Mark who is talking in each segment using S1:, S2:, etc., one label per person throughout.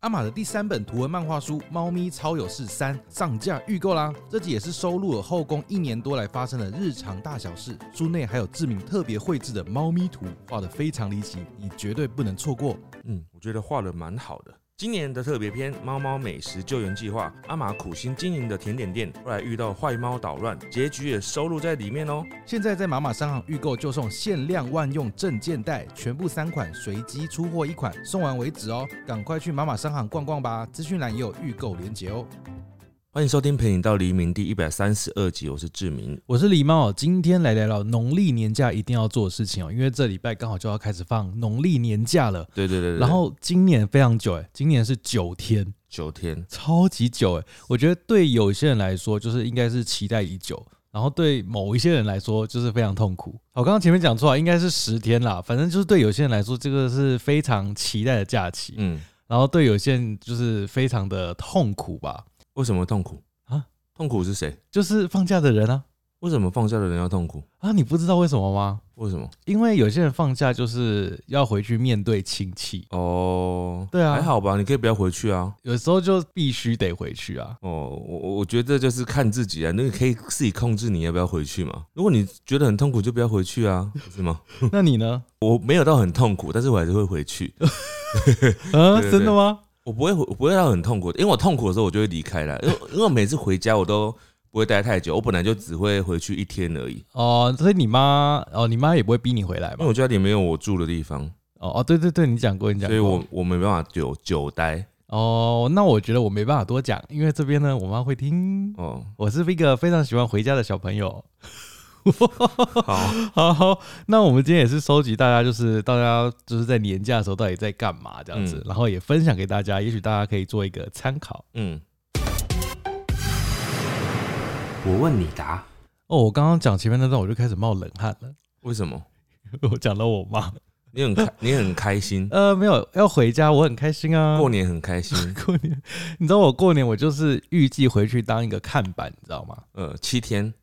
S1: 阿玛的第三本图文漫画书《猫咪超有事三》上架预购啦！这集也是收录了后宫一年多来发生的日常大小事，书内还有志敏特别绘制的猫咪图，画的非常离奇，你绝对不能错过。
S2: 嗯，我觉得画的蛮好的。今年的特别篇《猫猫美食救援计划》，阿玛苦心经营的甜点店，后来遇到坏猫捣乱，结局也收录在里面哦。
S1: 现在在马马商行预购就送限量万用证件袋，全部三款，随机出货一款，送完为止哦！赶快去马马商行逛逛吧，资讯栏也有预购链接哦。
S2: 欢迎收听《陪你到黎明》第一百三十二集，我是志明。
S3: 我是狸猫，今天来聊聊农历年假一定要做的事情哦，因为这礼拜刚好就要开始放农历年假了。
S2: 对对对对，
S3: 然后今年非常久哎，今年是九天，
S2: 九天，
S3: 超级久哎。我觉得对有些人来说，就是应该是期待已久，然后对某一些人来说，就是非常痛苦。我刚刚前面讲错了，应该是十天啦，反正就是对有些人来说，这个是非常期待的假期，
S2: 嗯，
S3: 然后对有些人就是非常的痛苦吧，
S2: 为什么痛苦
S3: 啊？
S2: 痛苦是谁？
S3: 就是放假的人啊
S2: 为什么放假的人要痛苦？
S3: 啊，你不知道为什么吗？
S2: 为什么？
S3: 因为有些人放假就是要回去面对亲戚，
S2: 哦，
S3: 对啊
S2: 还好吧，你可以不要回去啊。
S3: 有时候就必须得回去 啊。
S2: 哦，我我我觉得就是看自己啊，那个可以自己控制你要不要回去嘛。如果你觉得很痛苦，就不要回去啊，不是吗？
S3: 那你呢？
S2: 我没有到很痛苦，但是我还是会 回去。
S3: 嗯、
S2: 对对
S3: 真的吗？
S2: 我不会，我不会到很痛苦，因为我痛苦的时候我就会离开了，因为因为我每次回家我都不会待太久，我本来就只会回去一天而已。
S3: 哦，所以你妈哦，你妈也不会逼你回来
S2: 因为
S3: 嘛？
S2: 我家里没有我住的地方，
S3: 哦哦，对对对，你讲过，你讲
S2: 所
S3: 过。
S2: 以我我没办法久久待。
S3: 哦，那我觉得我没办法多讲，因为这边呢，我妈会听。
S2: 哦，
S3: 我是一个非常喜欢回家的小朋友。
S2: 好，
S3: 好，那我们今天也是收集大家，就是大家就是在年假的时候到底在干嘛这样子，
S2: 嗯
S3: 然后也分享给大家，也许大家可以做一个参考。
S2: 嗯，
S4: 我问你答，
S3: 哦，我刚刚讲前面那段，我就开始冒冷汗了。
S2: 为什么？
S3: 我讲到我妈，
S2: 你很开，你很 开心，
S3: 呃，没有要回家，我很开心啊。
S2: 过年很开 心，
S3: 过年，你知道我过年我就是预计回去当一个看板，你知道吗？
S2: 呃，七天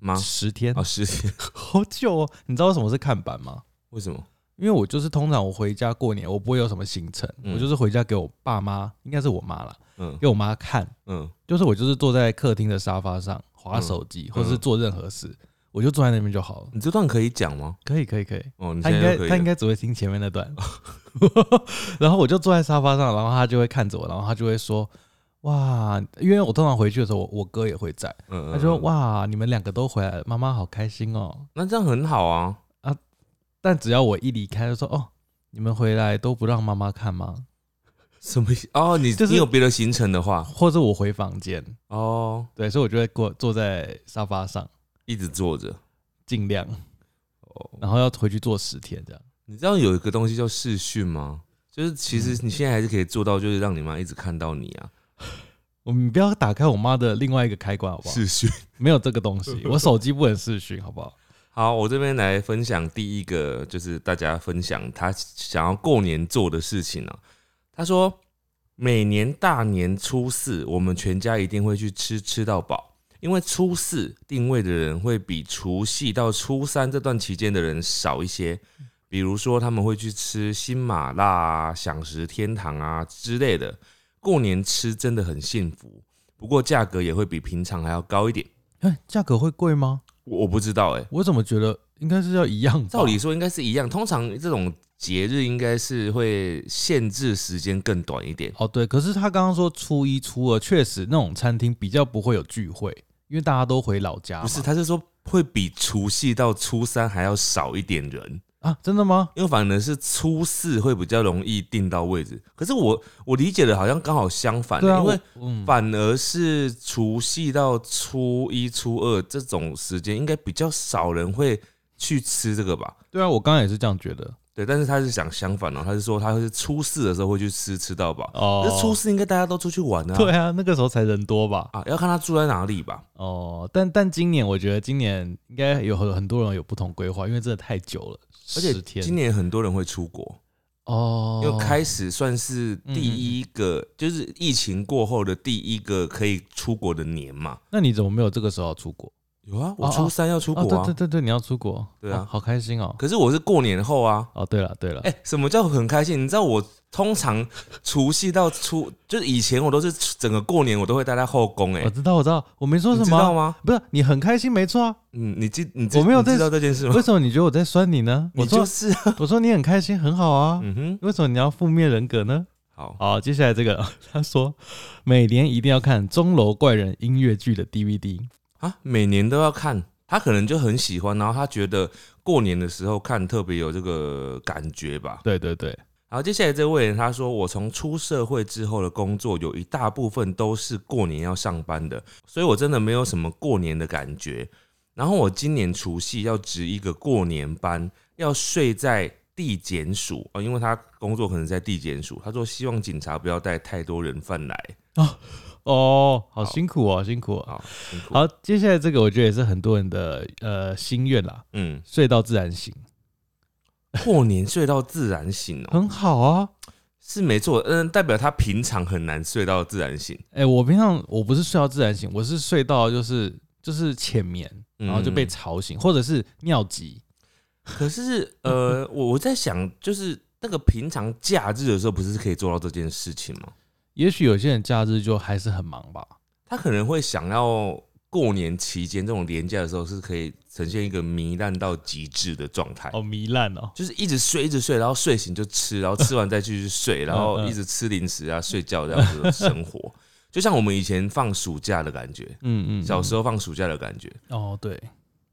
S2: 吗？
S3: 十天，
S2: 哦，十天？
S3: 好久哦。你知道什么是看板吗？
S2: 为什么？
S3: 因为我就是通常我回家过年，我不会有什么行程，
S2: 嗯
S3: 我就是回家给我爸妈，应该是我妈啦，
S2: 嗯
S3: 给我妈看，
S2: 嗯，
S3: 就是我就是坐在客厅的沙发上划手机，或者
S2: 嗯
S3: 是做任何事，我就坐在那边就好了。
S2: 你这段可以讲吗？
S3: 可以，可以，可以。
S2: 哦，你
S3: 他
S2: 现
S3: 应
S2: 在
S3: 该
S2: 就可以
S3: 他
S2: 了
S3: 应该只会听前面那段， 然后我就坐在沙发上，然后他就会看着我，然后他就会说：“哇！”因为我通常回去的时候，我我哥也会在，
S2: 嗯，嗯
S3: 他说：“
S2: 嗯
S3: 哇，你们两个都回来了，妈妈好开心哦。
S2: 那这样很好啊。”
S3: 但只要我一离开，就说：“哦，你们回来都不让妈妈看吗
S2: 什么意思？哦，你、
S3: 就是
S2: 你有别的行程的？”话，
S3: 或者我回房间，
S2: 哦，
S3: 对，所以我就会过坐在沙发上，
S2: 一直坐着。
S3: 尽量，
S2: 哦，
S3: 然后要回去做十天这样。
S2: 你知道有一个东西叫视讯吗？就是其实你现在还是可以做到，就是让你妈一直看到你啊。
S3: 我们不要打开我妈的另外一个开关，好不好？
S2: 讯。
S3: 没有这个东西，我手机不能视讯，好不好？
S2: 好，我这边来分享第一个，就是大家分享他想要过年做的事情啊。他说，每年大年初四，我们全家一定会去吃吃到饱，因为初四定位的人会比除夕到初三这段期间的人少一些。比如说，他们会去吃新马辣啊、享食天堂啊之类的。过年吃真的很幸福，不过价格也会比平常还要高一点。
S3: 哎，价格会贵吗？
S2: 我我不知道哎、
S3: 我怎么觉得应该是要一样吧？
S2: 照理说应该是一样，通常这种节日应该是会限制时间更短一点。
S3: 哦，对，可是他刚刚说初一、初二确实那种餐厅比较不会有聚会，因为大家都回老家嘛。
S2: 不是，他是说会比除夕到初三还要少一点人，
S3: 啊，真的吗？
S2: 因为反而是初四会比较容易订到位置。可是我我理解的好像刚好相反、
S3: 对啊，
S2: 欸因为
S3: 我嗯，
S2: 反而是除夕到初一、初二这种时间，应该比较少人会去吃这个吧。
S3: 对啊，我刚刚也是这样觉得。
S2: 对，但是他是想相反哦、他是说他是初四的时候会去吃吃到饱，
S3: 哦
S2: 可是初四应该大家都出去玩啊。
S3: 对啊，那个时候才人多吧？
S2: 啊，要看他住在哪里吧。
S3: 哦，但但今年我觉得今年应该有很很多人有不同规划，因为真的太久了，
S2: 而且
S3: 10天
S2: 今年很多人会出国，
S3: 哦，嗯
S2: 因为开始算是第一个，就是疫情过后的第一个可以出国的年嘛。
S3: 那你怎么没有这个时候要出国？
S2: 有啊，我初三要出国
S3: 哦
S2: 啊
S3: 对对。对对，你要出国，
S2: 对啊
S3: 哦好开心哦。
S2: 可是我是过年后啊，
S3: 哦，对了对了，
S2: 哎、什么叫很开心？你知道我通常除夕到初，就是以前我都是整个过年我都会待在后宫、哎
S3: 我，知道我知道，我没说
S2: 你
S3: 什
S2: 知
S3: 么
S2: 道
S3: 啊，
S2: 吗？
S3: 不是你很开心没错啊，
S2: 嗯，你记你知
S3: 我没有
S2: 你
S3: 在
S2: 知道这件事吗？
S3: 为什么你觉得我在酸你呢？
S2: 你
S3: 我
S2: 就
S3: 说
S2: 是啊、
S3: 我说你很开心很好啊，
S2: 嗯哼，
S3: 为什么你要负面人格呢？
S2: 好，
S3: 好，接下来这个 他说每年一定要看《钟楼怪人》音乐剧的 DVD，
S2: 啊，每年都要看，他可能就很喜欢，然后他觉得过年的时候看特别有这个感觉吧。
S3: 对对对，
S2: 然后接下来这位人他说，我从出社会之后的工作有一大部分都是过年要上班的，所以我真的没有什么过年的感觉。然后我今年除夕要值一个过年班，要睡在地检署哦，因为他工作可能在地检署。他说希望警察不要带太多人犯来，
S3: 哦，好
S2: 好
S3: 辛苦哦，辛苦、哦。
S2: 好辛苦，
S3: 好，接下来这个我觉得也是很多人的呃心愿啦，
S2: 嗯，
S3: 睡到自然醒，
S2: 过年睡到自然醒哦，
S3: 很好啊。
S2: 是没错，嗯，代表他平常很难睡到自然醒，
S3: 哎、我平常我不是睡到自然醒，我是睡到就是就是浅眠，
S2: 嗯
S3: 然后就被吵醒，或者是尿急。
S2: 可是 呃，我我在想，就是那个平常假日的时候，不是可以做到这件事情吗？
S3: 也许有些人假日就还是很忙吧。
S2: 他可能会想要过年期间这种廉价的时候，是可以呈现一个糜烂到极致的状态。
S3: 哦，糜烂哦。
S2: 就是一直睡，一直睡，然后睡醒就吃，然后吃 完再继续睡，
S3: 嗯
S2: 然后一直吃零食啊、睡觉这样子的生活，就像我们以前放暑假的感觉，
S3: 嗯嗯，
S2: 小时
S3: 候。
S2: 候放暑假的感觉。
S3: 哦，对，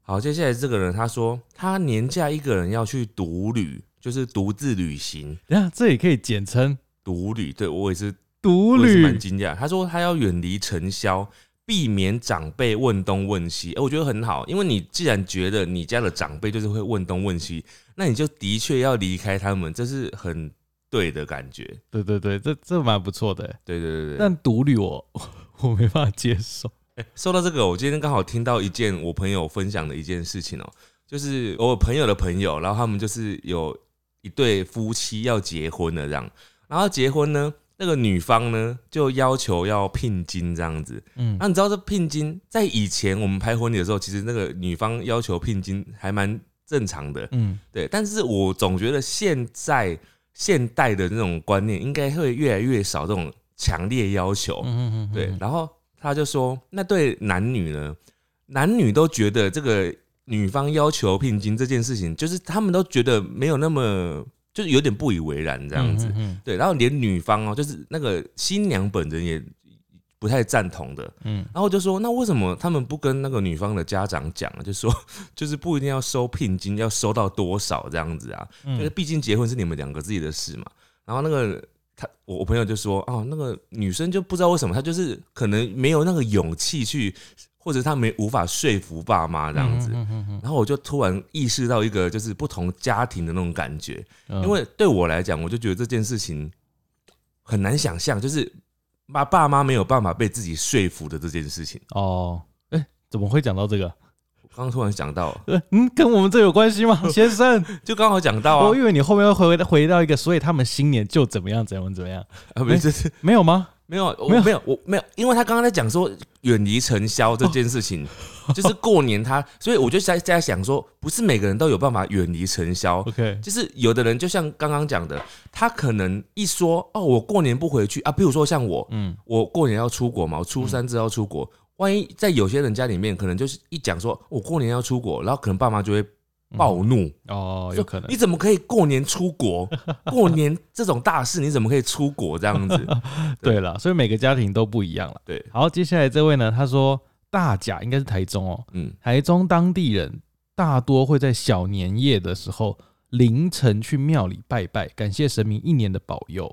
S2: 好，接下来这个人他说，他年假一个人要去独旅，就是独自旅行。
S3: 等一下这也可以简称
S2: 独旅，对我也是，
S3: 独
S2: 我也是
S3: 旅
S2: 蛮。惊讶。他说他要远离尘嚣，避免长辈问东问西。哎、我觉得很好，因为你既然觉得你家的长辈就是会问东问西，那你就的确要离开他们，这是很对的感觉。
S3: 对对对，这这蛮不错的。
S2: 对对对对。
S3: 但独旅我 我没办法接受。
S2: 说到这个，我今天刚好听到一件我朋友分享的一件事情哦、就是我朋友的朋友，然后他们就是有一对夫妻要结婚了这样，然后结婚呢，那个女方呢就要求要聘金这样子，
S3: 嗯
S2: 那、你知道这聘金在以前我们拍婚礼的时候，其实那个女方要求聘金还蛮正常的，
S3: 嗯，
S2: 对，但是我总觉得现在现代的那种观念应该会越来越少这种强烈要求，
S3: 嗯嗯嗯，
S2: 对
S3: 嗯，
S2: 然后他就说，那对男女呢，男女都觉得这个女方要求聘金这件事情，就是他们都觉得没有那么，就是有点不以为然这样子。
S3: 嗯嗯
S2: 对，然后连女方哦，就是那个新娘本人也不太赞同的。
S3: 嗯
S2: 然后我就说，那为什么他们不跟那个女方的家长讲啊？就说就是不一定要收聘金，要收到多少这样子啊？
S3: 嗯
S2: 就是毕竟结婚是你们两个自己的事嘛。然后那个他，我我朋友就说，哦，那个女生就不知道为什么，她就是可能没有那个勇气去，或者她没无法说服爸妈这样子。
S3: 嗯嗯嗯
S2: 然后我就突然意识到一个就是不同家庭的那种感觉，
S3: 嗯，
S2: 因为对我来讲，我就觉得这件事情很难想象，就是爸爸妈没有办法被自己说服的这件事情。
S3: 哦，哎，怎么会讲到这个？
S2: 我刚刚突然想到，
S3: 呃嗯，跟我们这有关系 吗，先生？
S2: 就刚好讲到啊
S3: 我以，为你后面会回回到一个，所以他们新年就怎么样怎么样怎么样，
S2: 啊，不是就是
S3: 没有吗？
S2: 没有，我
S3: 没有
S2: 没有，我没有，因为他刚刚在讲说远离尘嚣这件事情，就是过年他，所以我就在在想说，不是每个人都有办法远离尘 嚣。
S3: OK，
S2: 就是有的人就像刚刚讲的，他可能一说哦，我过年不回去啊，比如说像我，
S3: 嗯，
S2: 我过年要出国嘛，我初三之后要出国。万一在有些人家里面，可能就是一讲说我过年要出国，然后可能爸妈就会暴怒，
S3: 哦，
S2: 说
S3: 有可能
S2: 你，怎么可以过年出国？过年 这种大事，你怎么可以出国这 样子？
S3: 对了，所以每个家庭都不一样了。
S2: 对，
S3: 好，接下来这位呢，他说大甲应该是台中哦，
S2: 嗯，
S3: 台中当地人大多会在小年夜的时候凌晨去庙里拜拜，感谢神明一年的保佑。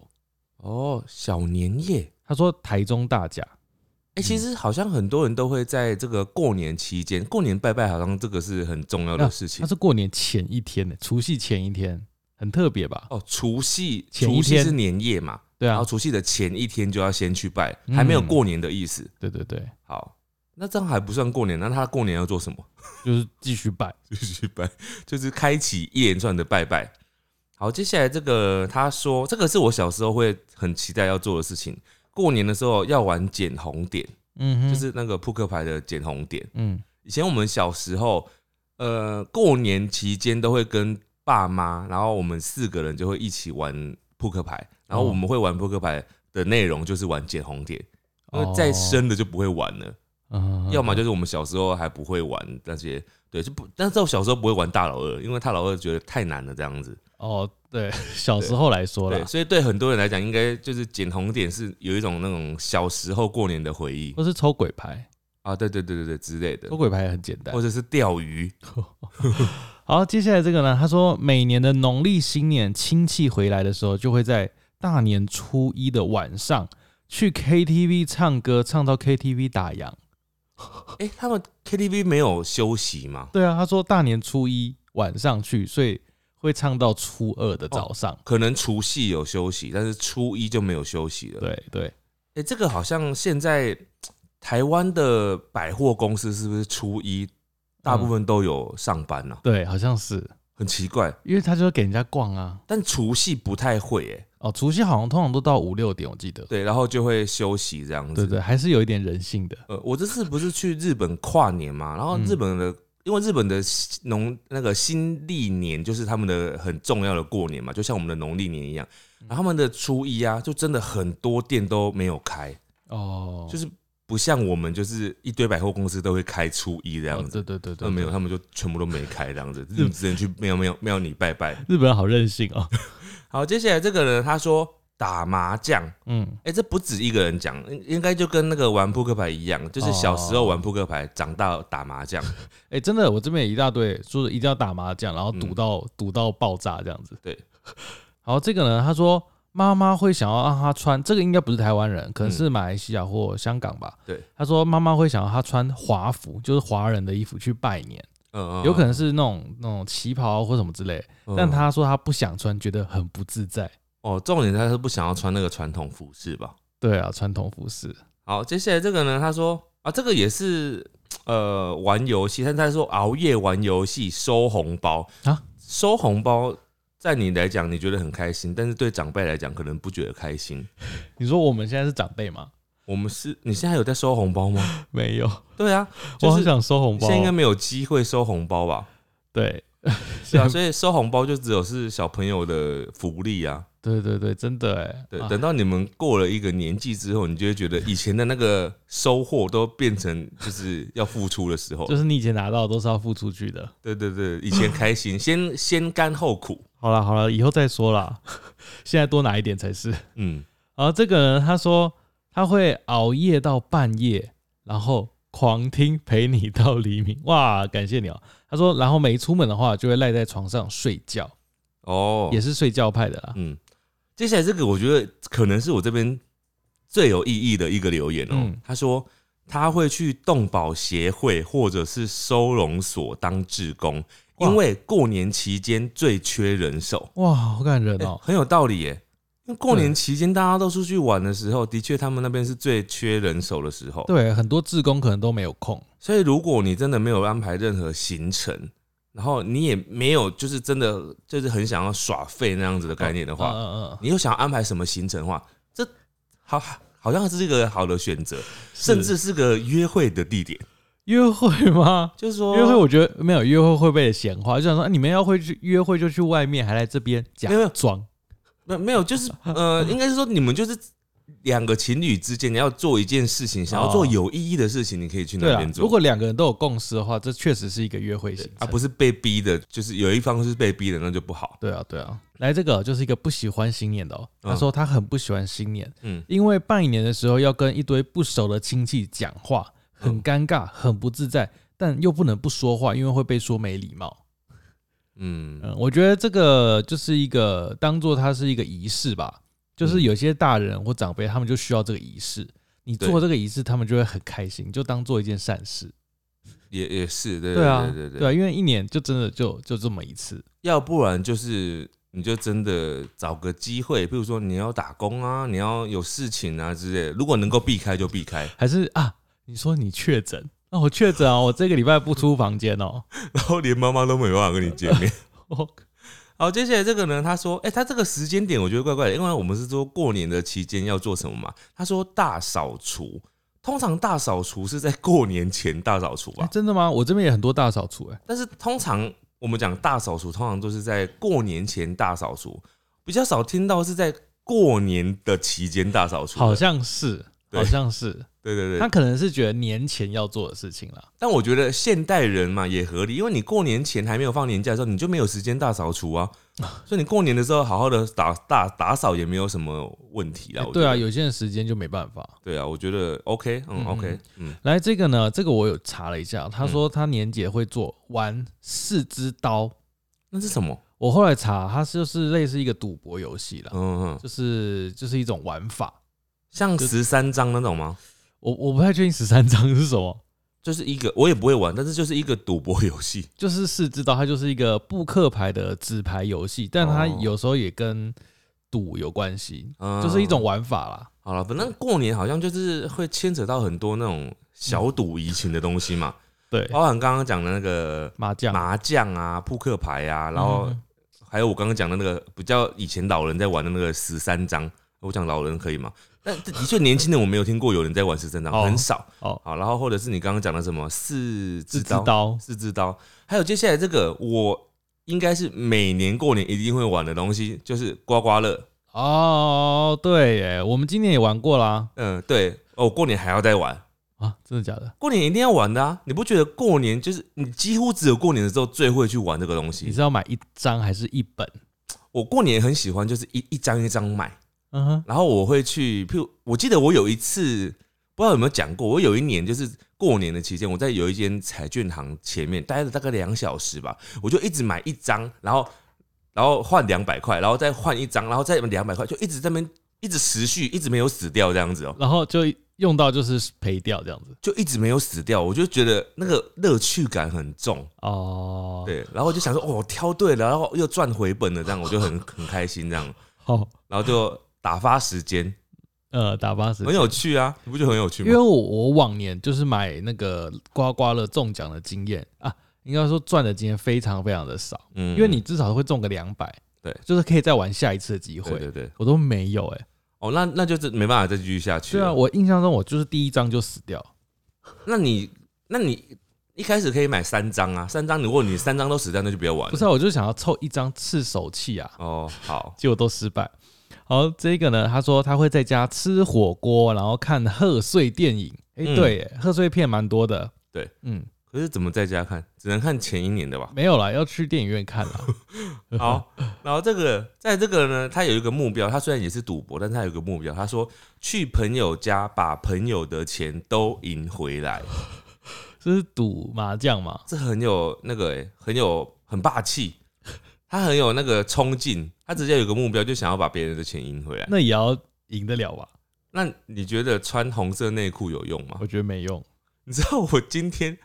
S2: 哦，小年夜，
S3: 他说台中大甲，嗯
S2: 哎、其实好像很多人都会在这个过年期间，过年拜拜，好像这个是很重要的事情
S3: 他。是过年前一天的，除夕前一天，很特别吧？
S2: 哦，除夕，
S3: 前一
S2: 除夕
S3: 天
S2: 是年夜嘛，
S3: 对
S2: 然
S3: 啊
S2: 后，除夕的前一天就要先去拜，
S3: 嗯
S2: 还没有过年的意思。
S3: 对对对，
S2: 好，那这样还不算过年，那他过年要做什么？
S3: 就是继续拜。
S2: 就是去拜，就是开启一连串的拜拜。好，接下来这个他说，这个是我小时候会很期待要做的事情。过年的时候要玩捡红点，
S3: 嗯哼，
S2: 就是那个扑克牌的捡红点。
S3: 嗯，
S2: 以前我们小时候，呃，过年期间都会跟爸妈，然后我们四个人就会一起玩扑克牌，然后
S3: 哦
S2: 我们会玩扑克牌的内容就是玩捡红点，因为再深的就不会玩了。
S3: 哦嗯
S2: 要么就是我们小时候还不会玩那些，对，就不，但是我小时候不会玩大老二，因为大老二觉得太难了这样子。
S3: 哦，对， 小时候来说
S2: 对，
S3: 啦，
S2: 所以对很多人来讲，应该就是捡红点是有一种那种小时候过年的回忆
S3: 或是抽鬼牌，
S2: 啊，对对对对对之类的
S3: 抽，鬼牌也很简单
S2: 或。者是钓鱼，
S3: 好，接下来这个呢，他说每年的农历新年，亲戚回来的时候，就会在大年初一的晚上去 KTV 唱歌，唱到 KTV 打烊。
S2: 哎、他们 KTV 没有休息吗？
S3: 对啊，他说大年初一晚上去，所以会唱到初二的早上。
S2: 可能除夕有休息，但是初一就没有休息了。，
S3: 对对，
S2: 哎、这个好像现在嘖台湾的百货公司是不是初一大部分都有上班呢、啊？
S3: 对，好像是，
S2: 很奇怪，
S3: 因为他就给人家逛啊。
S2: 但除夕不太会哎、
S3: 哦，除夕好像通常都到五六点，我记得。
S2: 对，然后就会休息这样
S3: 对
S2: 子。
S3: 对，还是有一点人性的。
S2: 呃，我这次不是去日本跨年嘛，然
S3: 嗯
S2: 后日本的、因为日本的新农那个新历年就是他们的很重要的过年嘛，就像我们的农历年一样，
S3: 嗯
S2: 然后他们的初一啊，就真的很多店都没有开，
S3: 哦，
S2: 就是不像我们就是一堆百货公司都会开初一这
S3: 这
S2: 样子。
S3: 哦对对对对，
S2: 那没有，他们就全部都没开这 样子，你只能去庙庙庙里拜拜。
S3: 日本人好任性哦。
S2: 好，接下来这个人他说打麻将，
S3: 嗯，
S2: 哎、这不止一个人讲，应应该就跟那个玩扑克牌一样，就是小时
S3: 哦
S2: 候玩扑克牌，长大打麻将。
S3: 哎、真的，我这边也一大堆，说一定要打麻将，然后赌
S2: 嗯
S3: 到、赌到爆炸这样子。
S2: 对，
S3: 好，这个呢，他说妈妈会想要让他穿，这个应该不是台湾人，可能是马来西亚或香港吧。
S2: 对，
S3: 他说妈妈会想要他穿华服，就是华人的衣服去拜年，
S2: 嗯，嗯
S3: 有可能是那种那种旗袍或什么之类，
S2: 嗯
S3: 但他说他不想穿，觉得很不自在。
S2: 哦，重点他是不想要穿那个传统服饰吧？
S3: 对啊，传统服饰。
S2: 好，接下来这个呢，他说啊，这个也是呃玩游戏，但他说熬夜玩游戏收红包
S3: 啊，
S2: 收红包在你来讲你觉得很开心，但是对长辈来讲可能不觉得开心。
S3: 你说我们现在是长辈吗？
S2: 我们是你现在有在收红包吗？
S3: 没有，
S2: 对啊，
S3: 我
S2: 就
S3: 好
S2: 是
S3: 想收红包哦。
S2: 现在应该没有机会收红包吧？
S3: 对，
S2: 对啊，所以收红包就只有是小朋友的福利啊。
S3: 对对对，真的哎。
S2: 对，
S3: 啊
S2: 等到你们过了一个年纪之后，你就会觉得以前的那个收获都变成就是要付出的时候。
S3: 就是你以前拿到的都是要付出去的。
S2: 对对对，以前 开心，先先甘后苦。
S3: 好了好了，以后再说啦， 现在多拿一点才是。
S2: 嗯，
S3: 然后这个人他说他会熬夜到半夜，然后狂听陪你到黎明。哇，感谢你哦。他说，然后没出门的话就会赖在床上睡觉，
S2: 哦，
S3: 也是睡觉派的啦。
S2: 嗯。接下来这个我觉得可能是我这边最有意义的一个留言哦。
S3: 嗯
S2: 他说他会去动保协会或者是收容所当志工，
S3: 哇
S2: 因为过年期间最缺人手。
S3: 哇，好感人
S2: 欸
S3: 哦。
S2: 很有道理耶。因为过年
S3: 对
S2: 期间大家都出去玩的时候，的确他们那边是最缺人手的时候。
S3: 对，很多志工可能都没有空。
S2: 所以如果你真的没有安排任何行程，然后你也没有就是真的就是很想要耍废那样子的概念的
S3: 嗯
S2: 话，
S3: 嗯嗯，
S2: 你又想要安排什么行程的话，这好好像是一个好的选择，甚至是个约会的地点。
S3: 约会吗？
S2: 就是说，
S3: 约会我觉得没有约会会被闲话，就想说、啊你们要会去约会就去外面，还来这边假
S2: 没有没有
S3: 装。
S2: 没有没 有，就是呃，应该是说你们就是两个情侣之间，你要做一件事情，想要做
S3: 哦
S2: 有意义的事情，你可以去
S3: 对
S2: 那
S3: 啦
S2: 边，做。
S3: 如果两个人都有共识的话，这确实是一个约会型
S2: 啊，不是被逼的，就是有一方是被逼的，那就不好。
S3: 对啊，对啊。来，这个就是一个不喜欢新年的哦。
S2: 嗯
S3: 他说他很不喜欢新年，
S2: 嗯，
S3: 因为拜年的时候要跟一堆不熟的亲戚讲话，很尴尬，很不自在，但又不能不说话，因为会被说没礼貌。
S2: 嗯，
S3: 嗯，我觉得这个就是一个当做它是一个仪式吧，就是
S2: 嗯
S3: 有些大人或长辈他们就需要这个仪式，你
S2: 对
S3: 做这个仪式，他们就会很开心，就当做一件善事。
S2: 也也是，对
S3: 对啊，
S2: 对
S3: 对啊，因为一年就真的就就这么一次。
S2: 要不然就是你就真的找个机会，比如说你要打工啊，你要有事情啊之类的，如果能够避开就避开，
S3: 还是啊，你说你确诊？那、我确诊啊，我这个礼拜不出房间 哦。
S2: 然后连妈妈都没办法跟你见 面。
S3: 哦
S2: 好，接下来这个呢，他说，哎、他这个时间点我觉得怪怪的，因为我们是说过年的期间要做什么嘛？他说大扫除，通常大扫除是在过年前大扫除
S3: 哎
S2: 吧，
S3: 真的吗？我这边也很多大扫除哎、
S2: 但是通常我们讲大扫除，通常都是在过年前大扫除，比较少听到是在过年的期间大扫除的。
S3: 好像是，
S2: 对
S3: 好像是，
S2: 对对
S3: 他
S2: 对，
S3: 可能是觉得年前要做的事情啦。
S2: 但我觉得现代人嘛也合理，因为你过年前还没有放年假的时候，你就没有时间大扫除啊，所以你过年的时候好好的打打打扫也没有什么问题啦。
S3: 哎
S2: 我觉
S3: 对
S2: 得
S3: 啊，有些人时间就没办法。
S2: 对啊，我觉得 OK，嗯
S3: 嗯
S2: OK，嗯，
S3: 来，这个呢，这个我有查了一下，他说他年节会做玩四只刀。
S2: 那是什么？
S3: 我后来查，它就是类似一个赌博游戏啦，
S2: 嗯嗯，
S3: 啊就是就是一种玩法。
S2: 像
S3: 就
S2: 十三张那种吗？
S3: 我我不太确定十三张是什么，
S2: 就是一个我也不会玩，但是就是一个赌博游戏。
S3: 就是四只刀，它就是一个扑克牌的纸牌游戏，但它
S2: 哦
S3: 有时候也跟赌有关系，
S2: 嗯
S3: 就是一种玩法啦。
S2: 好了，反正过年好像就是会牵扯到很多那种小赌怡情的东西嘛，
S3: 对，
S2: 包含刚刚讲的那个
S3: 麻将，
S2: 麻将啊、扑克牌啊，然后
S3: 嗯
S2: 还有我刚刚讲的那个比较以前老人在玩的那个十三张，我讲老人可以吗？ 但的确年轻人我没有听过有人在玩十三张，
S3: 哦
S2: 很少。
S3: 哦，
S2: 好，然后或者是你刚刚讲的什么四
S3: 四
S2: 只
S3: 只
S2: 刀，
S3: 刀，
S2: 四只刀，还有接下来这个我应该是每年过年一定会玩的东西，就是刮刮乐。
S3: 哦，对耶，我们今年也玩过啦。
S2: 嗯，对，哦，过年还要再玩。
S3: 啊，真的假的？
S2: 过年一定要玩的啊！你不觉得过年就是你几乎只有过年的时候最会去玩这个东
S3: 你
S2: 西？
S3: 是要买一张还是一本？
S2: 我过年也很喜欢，就是一一张一张买，
S3: 嗯哼，
S2: 然后我会去，譬如我记得我有一次不知道有没有讲过，我有一年就是过年的期间，我在有一间彩券行前面待了大概两小时吧，我就一直买一张，然后然后换两百块，然后再换一张，然后再两百块，就一直在那边一直持续，一直没有死掉这样子哦、
S3: 然后就用到就是赔掉这样子。
S2: 就一直没有死掉，我就觉得那个乐趣感很重。
S3: 哦，，
S2: 对，然后我就想说，哦，我挑对了，然后又赚回本了，这样我就很很开心，这样，
S3: 好，
S2: 然后就打发时间，
S3: 呃，打八十
S2: 很。有趣啊，你不觉得很有趣
S3: 因为
S2: 吗？
S3: 我我往年就是买那个刮刮乐中奖的经验啊，应该说赚的经验非常非常的少，
S2: 嗯
S3: 因为你至少会中个两百，
S2: 对
S3: 就是可以再玩下一次的机
S2: 对
S3: 会，
S2: 对对，
S3: 我都没有哎、
S2: 哦，那那就是没办法再继续下去
S3: 对啊，
S2: 了。
S3: 我印象中我就是第一张就死掉，
S2: 那你那你一开始可以买三张啊，三张，如果你三张都死掉，那就不要玩了。
S3: 不是、啊，我就想要凑一张赤手气啊，
S2: 哦，好，
S3: 结果都失败。好，这个呢，他说他会在家吃火锅，然后看贺岁电影。哎、
S2: 嗯
S3: 对耶，贺岁片蛮多的。
S2: 对，
S3: 嗯，
S2: 可是怎么在家看？只能看前一年 的吧。
S3: 没有啦，要去电影院看啦。
S2: 好，然后这个在这个呢，他有一个目标，他虽然也是赌博，但是他有一个目标，他说去朋友家把朋友的钱都赢回来。
S3: 这是赌麻将嘛？
S2: 这很有那个、欸，很有很霸气，他很有那个冲劲，他直接有个目标，就想要把别人的钱赢回来。
S3: 那也要赢得了吧？
S2: 那你觉得穿红色内裤有用吗
S3: 我？觉得没用。
S2: 你知道我今天，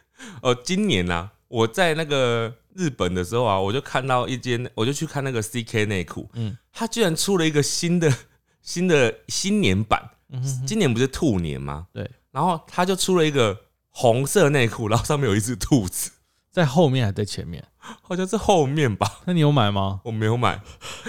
S2: 呃，今年啊，我在那个日本的时候啊，我就看到一间，我就去看那个 CK 内裤，
S3: 嗯
S2: 嗯，他居然出了一个新的新的新年版，
S3: 嗯哼哼
S2: 今年不是兔年吗？
S3: 对，
S2: 然后他就出了一个红色内裤，然后上面有一只兔子，
S3: 在后面还是在前面？
S2: 好像是后面吧，
S3: 那你有买吗？
S2: 我没有买。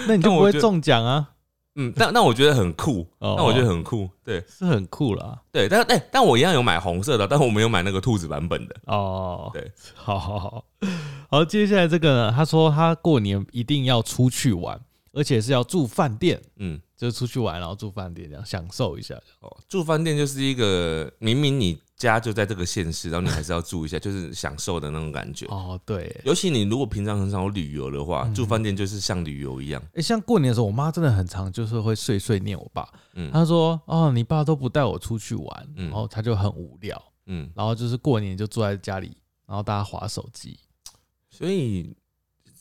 S3: 那你就
S2: 但
S3: 不
S2: 我
S3: 会
S2: 觉得
S3: 中奖啊，
S2: 嗯，但但我觉得很酷，
S3: 哦
S2: 但我觉得很酷，对
S3: 是很酷啦。
S2: 对，但哎、但我一样有买红色的，但我没有买那个兔子版本的。
S3: 哦，
S2: 对，
S3: 好好好。 好，接下来这个呢？他说他过年一定要出去玩，而且是要住饭店。
S2: 嗯，
S3: 就是出去玩，然后住饭店这样享受一下。
S2: 哦，住饭店就是一个明明你家就在这个县市，然后你还是要住 一下，就是享受的那种感觉。
S3: 哦，嗯对耶，
S2: 尤其你如果平常很少旅游的话，住饭店就是像旅游一样。
S3: 哎、像过年的时候，我妈真的很常就是会碎碎念我爸，
S2: 嗯
S3: 她说：“哦，你爸都不带我出去玩，
S2: 嗯
S3: 然后她就很无聊，
S2: 嗯，
S3: 然后就是过年就坐在家里，然后大家划手机。
S2: 所以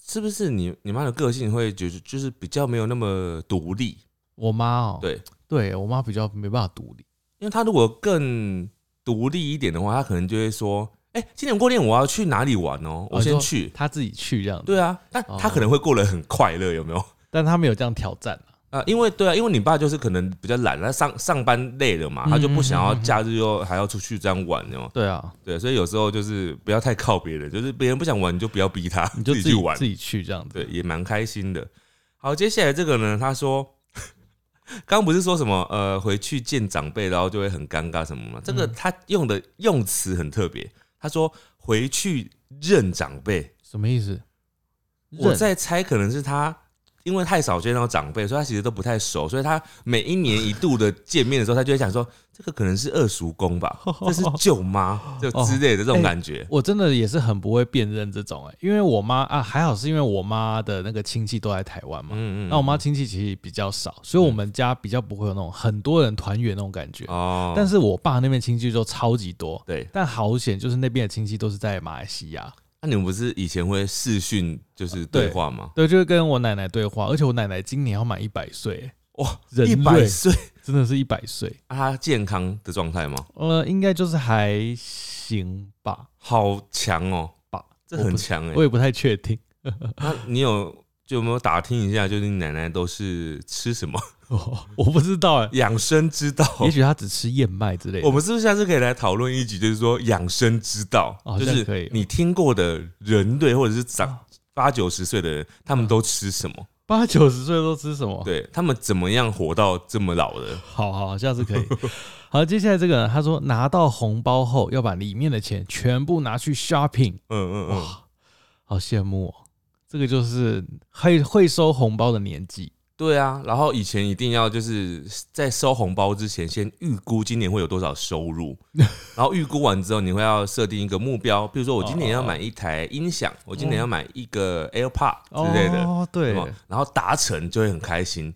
S2: 是不是你你妈的个性会就是就是比较没有那么独立？”
S3: 我妈哦，
S2: 对，
S3: 对我妈比较没办法独立，
S2: 因为她如果更独立一点的话，她可能就会说：“哎、今年过年我要去哪里玩哦，我
S3: 哦
S2: 先
S3: 说
S2: 去。”
S3: 她自己去这样子，
S2: 对啊，但
S3: 哦
S2: 他可能会过得很快乐，有没有？
S3: 但她没有这样挑战啊
S2: 啊、因为对啊，因为你爸就是可能比较懒，他上上班累了嘛，他就不想
S3: 嗯
S2: 要假日又还要出去这样玩，哦。
S3: 对啊，
S2: 对，所以有时候就是不要太靠别人，就是别人不想玩你就不要逼他，
S3: 你就
S2: 自
S3: 自
S2: 己去玩
S3: 自，己去这样子。
S2: 对，也蛮开心的。好，接下来这个呢，他说刚不是说什么呃，回去见长辈然后就会很尴尬什么吗？这个
S3: 嗯
S2: 他用的用词很特别，他说回去认长辈，
S3: 什么意思？
S2: 我
S1: 认
S2: 在猜，可能是他因为太少见到长辈，所以他其实都不太熟，所以他每一年一度的见面的时候，他就会想说，这个可能是二叔 公吧，这是舅妈，就
S3: 哦
S2: 之类的这种感觉。
S3: 我真的也是很不会辨认这种哎、因为我妈啊，还好是因为我妈的那个亲戚都在台湾嘛，
S2: 嗯
S3: 那我妈亲戚其实比较少，所以我们家比较不会有那种很多人团圆那种感觉。
S2: 哦，
S3: 但是我爸那边亲戚就超级多，
S2: 对，
S3: 但好险就是那边的亲戚都是在马来西亚，
S2: 那你们不是以前会视讯就是对话吗？
S3: 对，就是跟我奶奶对话，而且我奶奶今年要满一百岁，
S2: 哇，
S3: 人
S2: 一百
S3: 瑞
S2: 岁，
S3: 真的是一百岁，
S2: 啊他健康的状态吗？
S3: 呃，应该就是还行吧，
S2: 好强哦，
S3: 吧，
S2: 这
S3: 我
S2: 很
S3: 不是
S2: 强哎、
S3: 我也不太确定。
S2: 那你有就有没有打听一下，就是你奶奶都是吃什么
S3: 哦，我不知道哎、
S2: 养生之道？
S3: 也许他只吃燕麦之类的。
S2: 我们是不是下次可以来讨论一集，就是说养生之道，
S3: 哦
S2: 就
S3: 这样可以哦
S2: 是你听过的人类或者是长八九十岁的人，他们都吃什么？
S3: 八九十岁都吃什么？，
S2: 对他们怎么样活到这么老的？
S3: 好好，下次可以。 好，接下来这个呢，他说拿到红包后要把里面的钱全部拿去 shopping，
S2: 嗯嗯
S3: 哦
S2: 嗯，
S3: 好羡慕哦。这个就是会会收红包的年纪，
S2: 对啊。然后以前一定要就是在收红包之前，先预估今年会有多少收 入，然后预估完之后，你会要设定一个目标，比如说我今年要买一台音响，我今年要买一个 AirPod 之类的。
S3: 哦，对
S2: 对，，然后达成就会很 开心，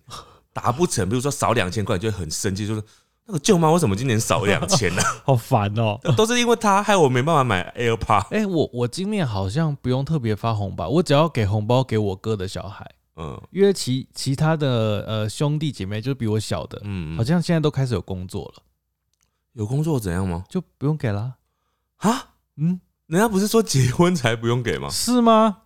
S2: 达不成，比如说少两千块，你就会很生气，就是那个舅妈为什么今年少两千 呢？
S3: 好烦哦。
S2: 都是因为她害我没办法买 AirPod。
S3: 哎、我我今年好像不用特别发红包，我只要给红包给我哥的小孩，
S2: 嗯
S3: 因为其其他的呃兄弟姐妹就是比我小的，好
S2: 嗯，
S3: 像现在都开始有工作了，
S2: 有工作怎样吗？
S3: 就不用给啦。
S2: 啊，
S3: 嗯，
S2: 人家不是说结婚才不 用给吗？
S3: 是吗？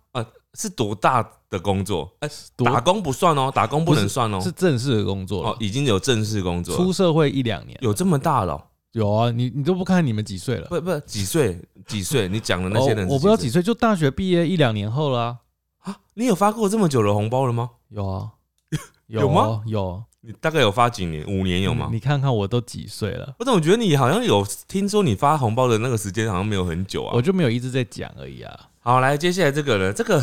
S2: 是多大的工作？哎、
S3: 多
S2: 打工不算哦，打工不能
S3: 不
S2: 算哦。
S3: 是正式的工作了
S2: 哦，已经有正式工作
S3: 出
S2: 了，
S3: 社会一两年，
S2: 有这么大了哦、
S3: 有啊，你你都不看你们几岁了？
S2: 不不，几岁？几 岁？你讲的那些人、
S3: 哦，我不知道几岁，就大学毕业一两年后啦、
S2: 啊？你有发过这么久的红包了吗？
S3: 有 啊，
S2: 有吗
S3: 哦？有，
S2: 你大概有发几年？五年有吗？
S3: 嗯你看看我都几岁了，
S2: 我怎么觉得你好像有听说你发红包的那个时间好像没有很久啊
S3: 我？就没有一直在讲而已啊。
S2: 好，来，接下来这个呢，这个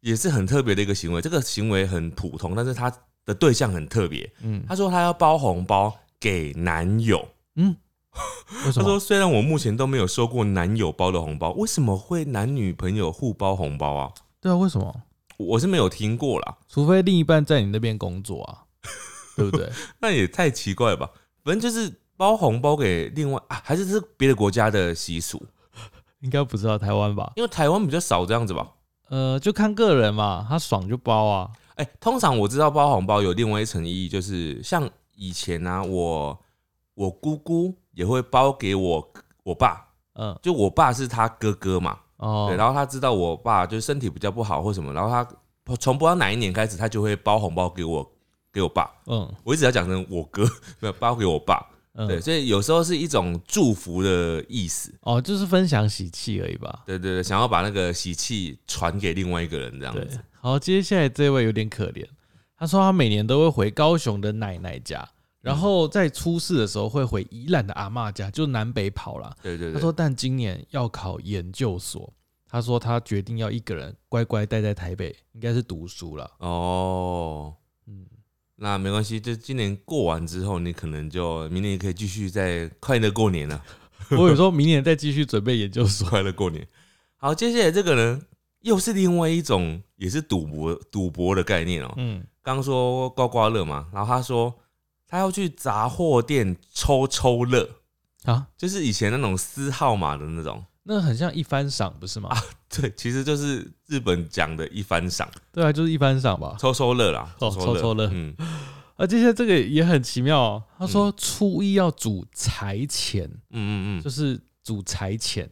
S2: 也是很特别的一个行为，这个行为很普通，但是他的对象很特别。
S3: 嗯
S2: 他说他要包红包给男友，
S3: 嗯，为什
S2: 他说
S3: 么？
S2: 虽然我目前都没有收过男友包的红包，为什么会男女朋友互包红包啊？
S3: 对啊，为什么？
S2: 我是没有听过啦，
S3: 除非另一半在你那边工作 啊，对不对？
S2: 那也太奇怪了吧？反正就是包红包给另外啊，还是这是别的国家的习俗，
S3: 应该不知道台湾吧？
S2: 因为台湾比较少这样子吧。
S3: 呃，就看个人嘛，他爽就包啊。
S2: 哎、通常我知道包红包有另外一层意义，就是像以前啊，我我姑姑也会包给我我爸，
S3: 嗯
S2: 就我爸是他哥哥嘛，
S3: 哦
S2: 对，，然后他知道我爸就是身体比较不好或什么，然后他从不知道哪一年开始，他就会包红包给我给我爸，
S3: 嗯
S2: 我一直要讲成我哥， 没有包给我爸，对，
S3: 嗯，
S2: 所以有时候是一种祝福的意思，
S3: 哦，就是分享喜气而已吧。
S2: 对对对，想要把那个喜气传给另外一个人这样
S3: 对
S2: 子，，
S3: 好，接下来这位有点可怜，他说他每年都会回高雄的奶奶家，然后在初四的时候会回宜兰的阿嬷家，就南北跑啦。
S2: 对对对，
S3: 他说，但今年要考研究所，他说他决定要一个人乖乖待在台北，应该是读书了。
S2: 哦。
S3: 嗯，
S2: 那没关系，就今年过完之后，你可能就明年也可以继续再快乐过年 了，
S3: 我有时候明年再继续准备研究所。
S2: 快乐过年。好，接下来这个呢，又是另外一种，也是赌博赌博的概念哦、
S3: 嗯，
S2: 刚刚说刮刮乐嘛，然后他说他要去杂货店抽抽乐，
S3: 啊，
S2: 就是以前那种撕号码的那种。
S3: 那很像一番赏不是吗？
S2: 对，其实就是日本讲的一番赏，
S3: 对啊，就是一番赏吧。
S2: 抽抽乐啦，
S3: 哦抽抽乐
S2: 嗯，
S3: 啊，接下来这个也很奇妙、哦，他说初一要煮柴钱。
S2: 嗯嗯
S3: 就
S2: 嗯
S3: 是煮柴钱，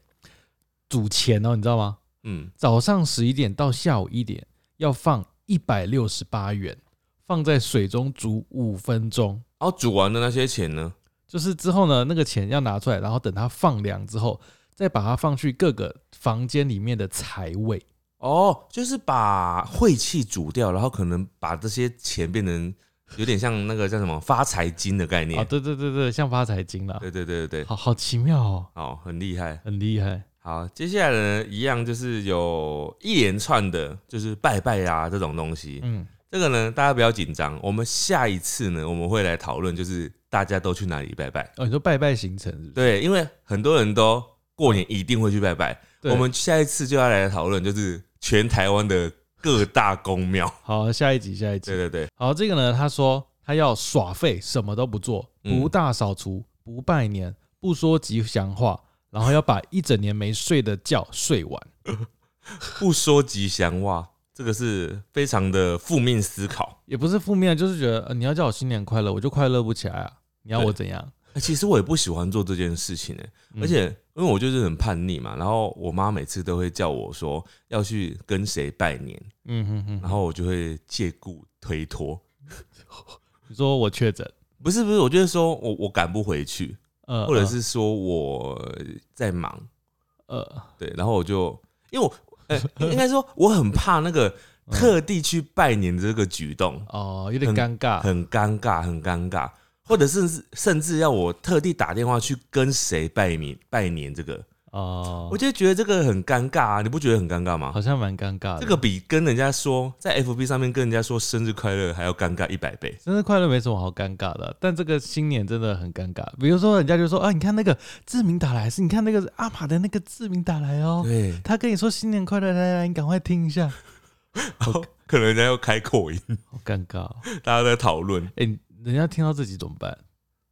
S3: 煮钱哦，你知道吗？
S2: 嗯，
S3: 早上十一点到下午一点要放一百六十八元，放在水中煮五分钟。
S2: 然后煮完的那些钱呢，
S3: 就是之后呢，那个钱要拿出来，然后等它放凉之后，再把它放去各个房间里面的财位。
S2: 哦，就是把晦气煮掉，然后可能把这些钱变成有点像那个叫什么发财金的概念。
S3: 啊，对对对对，像发财金啦，
S2: 对对对对对，
S3: 好好奇妙哦，
S2: 好，很厉害。
S3: 很厉害。
S2: 好，接下来呢，一样就是有一连串的，就是拜拜啊这种东西。
S3: 嗯，
S2: 这个呢，大家不要紧张，我们下一次呢，我们会来讨论，就是大家都去哪里拜拜。
S3: 哦，你说拜拜行程是不是？
S2: 对，因为很多人都过年一定会去拜拜，
S3: 对
S2: 我们下一次就要来讨论，就是全台湾的各大公庙。
S3: 好，下一集下一集
S2: 对。对对，
S3: 好，这个呢，他说他要耍废，什么都不做，
S2: 嗯
S3: 不大扫除，不拜年，不说吉祥话，然后要把一整年没睡的觉睡完。
S2: 不说吉祥话，这个是非常的负面思考。
S3: 也不是负面，就是觉得、呃你要叫我新年快乐，我就快乐不起来啊！你要我怎样？
S2: 欸其实我也不喜欢做这件事情、欸，
S3: 嗯
S2: 而且因为我就是很叛逆嘛，然后我妈每次都会叫我说要去跟谁拜年，
S3: 嗯哼哼，
S2: 然后我就会借故推脱。
S3: 你说我确诊，
S2: 不是不是，我就是说我我赶不回去，
S3: 呃，
S2: 或者是说我在忙，
S3: 呃，
S2: 对，然后我就因为我呃应该说我很怕那个特地去拜年的这个举动，
S3: 哦、有点尴
S2: 很
S3: 尬，
S2: 很尴尬，很尴尬，或者甚至甚至要我特地打电话去跟谁拜年拜年这个，
S3: 哦、
S2: 我就觉得这个很尴尬啊，你不觉得很尴尬吗
S3: 好？像蛮尴尬的。
S2: 这个比跟人家说在 FB 上面跟人家说生日快乐还要尴尬一百倍。
S3: 生日快乐没什么好尴尬的，但这个新年真的很尴尬。比如说，人家就说啊，你看那个志明打来，是你看那个阿玛的那个志明打来哦，
S2: 对，
S3: 他跟你说新年快乐，来来，你赶快听一下，
S2: 然后可能人家要开口音，
S3: 好尴尬、哦。
S2: 大家在讨论
S3: 哎、人家听到这集怎么办？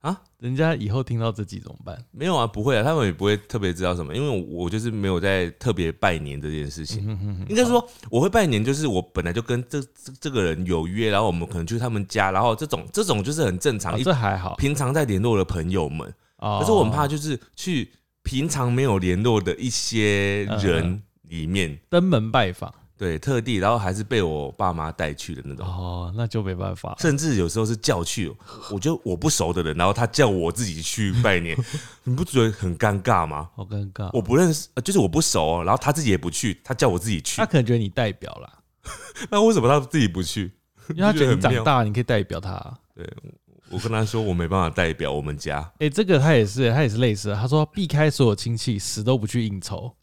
S2: 啊，
S3: 人家以后听到这集怎么办？
S2: 没有啊，不会啊，他们也不会特别知道什么，因为我我就是没有在特别拜年这件事情。
S3: 嗯哼哼，
S2: 应该说我会拜年，就是我本来就跟这这这个人有约，然后我们可能去他们家，然后这种这种就是很正常，
S3: 啊、
S2: 一
S3: 这还好，
S2: 平常在联络的朋友们。
S3: 哦
S2: 可是我很怕就是去平常没有联络的一些人里面，
S3: 登门拜访
S2: 对，特地然后还是被我爸妈带去的那种。
S3: 哦，那就没办法。
S2: 甚至有时候是叫去，我觉得我不熟的人，然后他叫我自己去 拜年，你不觉得很尴尬吗？
S3: 好尴尬。
S2: 我不认识，呃就是我不熟哦、然后他自己也不去，他叫我自己去
S3: 他，可能觉得你代表啦，
S2: 那为什么他自己不去？
S3: 因为他觉得你
S2: 你不觉得很
S3: 长
S2: 妙
S3: 大，你可以代表他啊、
S2: 我跟他说我没办法代表我们家
S3: 哎、这个他也是，他也是类似的。他说避开所有亲戚，死都不去应酬，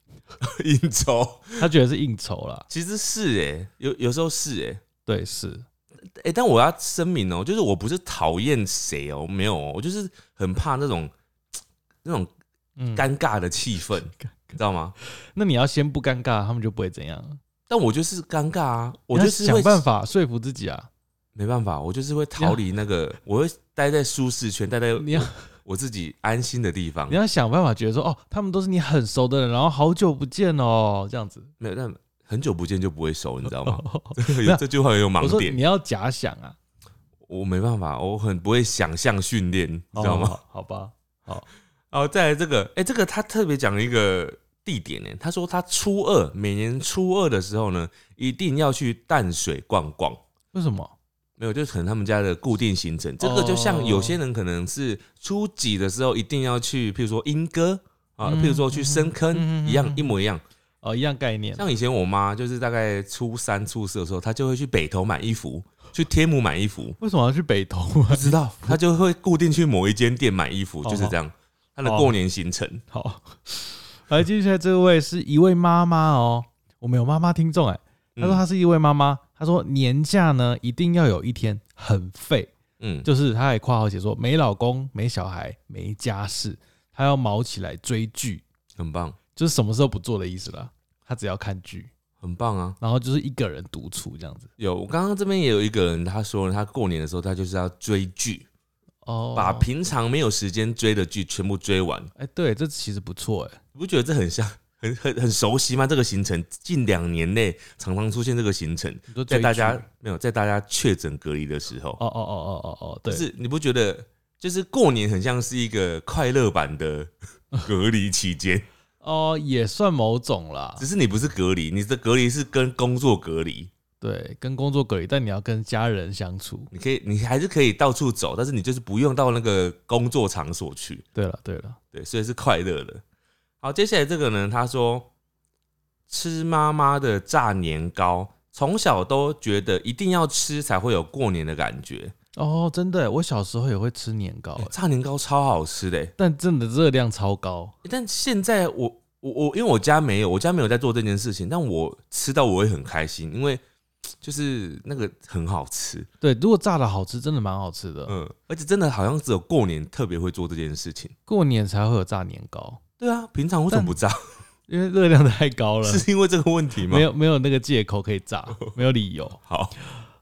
S2: 应酬，
S3: 他觉得是应酬啦。
S2: 其实是哎、有有时候是哎、
S3: 对，是
S2: 哎、但我要声明哦、就是我不是讨厌谁哦，没有、哦，我就是很怕那种那种
S3: 嗯
S2: 尴尬的气氛，你知道吗？
S3: 那你要先不尴尬，他们就不会怎样。
S2: 但我就是尴尬啊，我
S3: 你要
S2: 就是
S3: 想
S2: 会
S3: 办法说服自己啊。
S2: 没办法，我就是会逃离那个，我会待在舒适圈，待在
S3: 你要
S2: 我自己安心的地方
S3: 你。要想办法，觉得说哦，他们都是你很熟的人，然后好久不见哦，这样子。
S2: 没有，但很久不见就不会熟，你知道吗？
S3: 没有
S2: 这句话也有
S3: 我
S2: 盲
S3: 说
S2: 点
S3: 你，要假想啊，
S2: 我没办法，我很不会想象训练，你知道
S3: 哦
S2: 吗？？
S3: 好吧，
S2: 然后再来这个，哎、这个他特别讲了一个地点呢，他说他初二每年初二的时候呢，一定要去淡水逛逛。
S3: 为什么？
S2: 没有，就是可能他们家的固定行程，这个就像有些人可能是初几的时候一定要去，譬如说莺歌啊，
S3: 嗯
S2: 譬如说去
S3: 嗯
S2: 深
S3: 嗯嗯
S2: 坑
S3: 嗯
S2: 一样，一模一样。
S3: 哦，一样概念。
S2: 像以前我妈就是大概初三、初四的时候，她就会去北投买衣服，去天母买衣服，
S3: 为什么要去北投 啊
S2: 不？知道她就会固定去某一间店买衣服，
S3: 哦
S2: 就是这样。她的过年行程，
S3: 好，来接下来这位是一位妈妈哦，我们有妈妈听众哎，
S2: 嗯
S3: 她说她是一位妈妈，她说年假呢一定要有一天很废，
S2: 嗯，
S3: 就是她还括号写说没老公、没小孩、没家事，她要毛起来追剧，
S2: 很棒，
S3: 就是什么事都不做的意思啦，她只要看剧，
S2: 很棒啊！
S3: 然后就是一个人独处这样子
S2: 有，我刚刚这边也有一个人，他说他过年的时候，他就是要追剧，
S3: 哦，
S2: 把平常没有时间追的剧全部追完。
S3: 哎、对，这其实不错哎，
S2: 你不觉得这很像、 很很很熟悉吗？这个行程近两年内常常出现这个行程，
S3: 你说追
S2: 在
S3: 剧
S2: 大家没有在大家确诊隔离的时候，
S3: 哦哦哦哦哦哦，
S2: 就
S3: 对，
S2: 是你不觉得就是过年很像是一个快乐版的 隔离期间？
S3: 哦也算某种啦
S2: 只，是你不是隔离，你的隔离是跟工作隔离，
S3: 对，跟工作隔离，但你要跟家人相处。
S2: 你可以你还是可以到处走，但是你就是不用到那个工作场所去，
S3: 对了对了，
S2: 对，所以是快乐的。好，接下来这个呢，他说吃妈妈的炸年糕，从小都觉得一定要吃才会有过年的感觉。
S3: 哦，真的耶，我小时候也会吃年糕耶，哎
S2: 欸炸年糕超好吃的欸、
S3: 但真的热量超高。
S2: 欸但现在我我我，因为我家没有，我家没有在做这件事情，但我吃到我会很开心，因为就是那个很好吃，
S3: 对，如果炸的好吃，真的蛮好吃的。
S2: 嗯，而且真的好像只有过年特别会做这件事情。
S3: 过年才会有炸年糕，
S2: 对啊，平常为什么不炸？
S3: 因为热量太高了，
S2: 是因为这个问题吗？
S3: 没，有没有那个借口可以炸，没有理由。
S2: 好，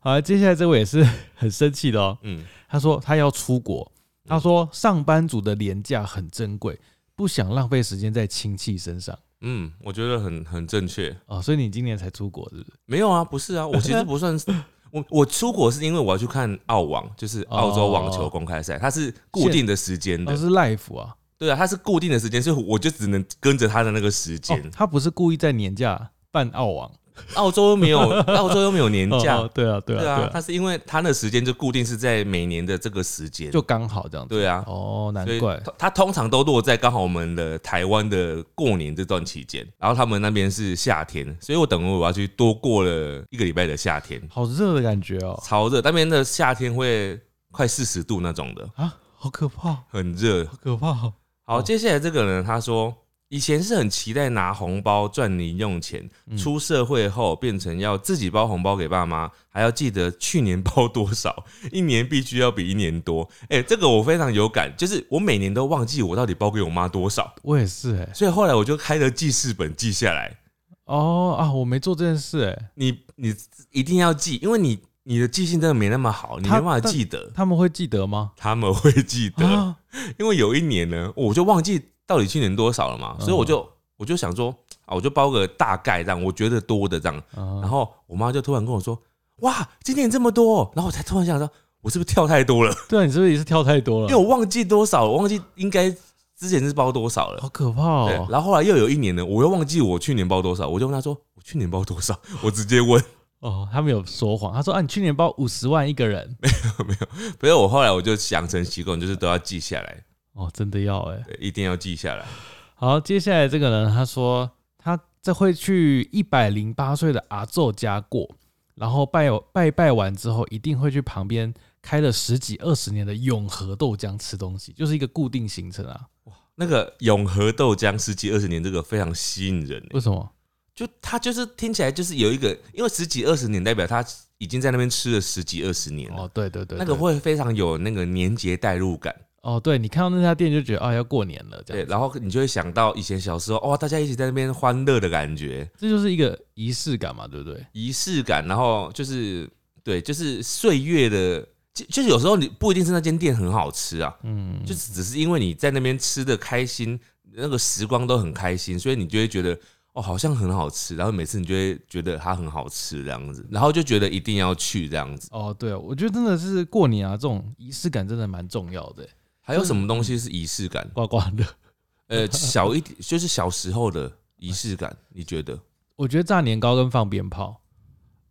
S3: 好，接下来这位也是很生气的哦，
S2: 嗯，
S3: 他说他要出国，他说上班族的年假很珍贵，不想浪费时间在亲戚身上
S2: 嗯，我觉得很很正确。
S3: 哦，所以你今年才出国是不是？
S2: 没有啊，不是啊，我其 实不算是我我出国是因为我要去看澳网，就是澳洲网球公开赛，它是固定的时间
S3: 哦，
S2: 的，
S3: 是 life 啊，
S2: 对啊，它是固定的时间，所以我就只能跟着它的那个时
S3: 哦
S2: 间。
S3: 他不是故意在年假办澳网
S2: 澳洲又没有，澳洲又没有年假，
S3: 哦哦对啊，对啊，
S2: 对
S3: 对
S2: 啊
S3: 啊，，
S2: 它是因为它的时间就固定是在每年的这个时间，
S3: 就刚好这样子。
S2: 对啊，
S3: 哦，难
S2: 所以
S3: 怪
S2: 它它通常都落在刚好我们的台湾的过年这段期间，然后他们那边是夏天，所以我等于我要去多过了一个礼拜的夏天，
S3: 好热的感觉哦，
S2: 超热，那边的夏天会快四十度那种的，
S3: 啊，好可怕，
S2: 很热。
S3: 好可怕哦，
S2: 好，接下来这个呢，他说以前是很期待拿红包赚零用钱，
S3: 嗯
S2: 出社会后变成要自己包红包给爸妈，还要记得去年包多少， 一年必须要比一年多。哎、这个我非常有感，就是我每年都忘记我到底包给我妈多少，
S3: 我也是哎、
S2: 所以后来我就开了记事本记下来。
S3: 哦啊，我没做这件事哎、
S2: 你你一定要记，因为你你的记性真的没那么好，你没
S3: 他
S2: 办法
S3: 但
S2: 记得。
S3: 他们会记得吗？
S2: 他们会记得，
S3: 啊，
S2: 因为有一年呢，我就忘记到底去年多少了嘛，所以我就我就想说啊，我就包个大概这样，我觉得多的这样。然
S3: 然
S2: 后我妈就突然跟我说：“哇，今年这么多哦！”然后我才突然想说，我是不是跳太多了？
S3: 对啊，你是不是也是跳太多
S2: 因
S3: 了？
S2: 为我忘记多少，我忘记应该之前是包多少了
S3: 好。可怕
S2: 对，
S3: 哦！
S2: 然后后来又有一年呢，我又忘记我去年包多少，我就问她说：“我去年包多少？” 我直接问，
S3: 哦，他们有说谎，他说啊，你去年包五十万一个人，
S2: 不是我后来我就养成习惯，就是都要记下来，
S3: 哦，真的要哎、
S2: 对，一定要记下来。
S3: 好，接下来这个人他说他这会去一百零八岁的阿昼家过，然后拜拜拜完之后，一定会去旁边开了十几二十年的永和豆浆吃东西，就是一个固定行程啊。
S2: 那个永和豆浆十几二十年，这个非常吸引人欸、
S3: 为什么？
S2: 就他就是听起来就是有一个，因为十几二十年代表他已经在那边吃了十几二十年了，
S3: 哦，对对对
S2: 那个
S3: 对
S2: 会非常有那个年节代入感。
S3: 哦，对你看到那家店就觉得啊要过年了，这
S2: 对，
S3: 样子，
S2: 然后你就会想到以前小时候，哇、大家一起在那边欢乐的感觉，
S3: 这就是一个仪式感嘛，对不对？
S2: 仪式感，然后就是对，就是岁月的。就就是有时候你不一定是那间店很好吃啊，
S3: 嗯，
S2: 就只只是因为你在那边吃的开心，那个时光都很开心，所以你就会觉得哦，好像很好吃，然后每次你就会觉得它很好吃这样子，然后就觉得一定要去这样子。
S3: 哦，对啊，我觉得真的是过年啊，这种仪式感真的蛮重要的。
S2: 还有什么东西是仪式 感？
S3: 刮刮乐，
S2: 呃，小一点就是小时候的仪式感，你觉得
S3: 我觉得炸年糕跟放鞭炮，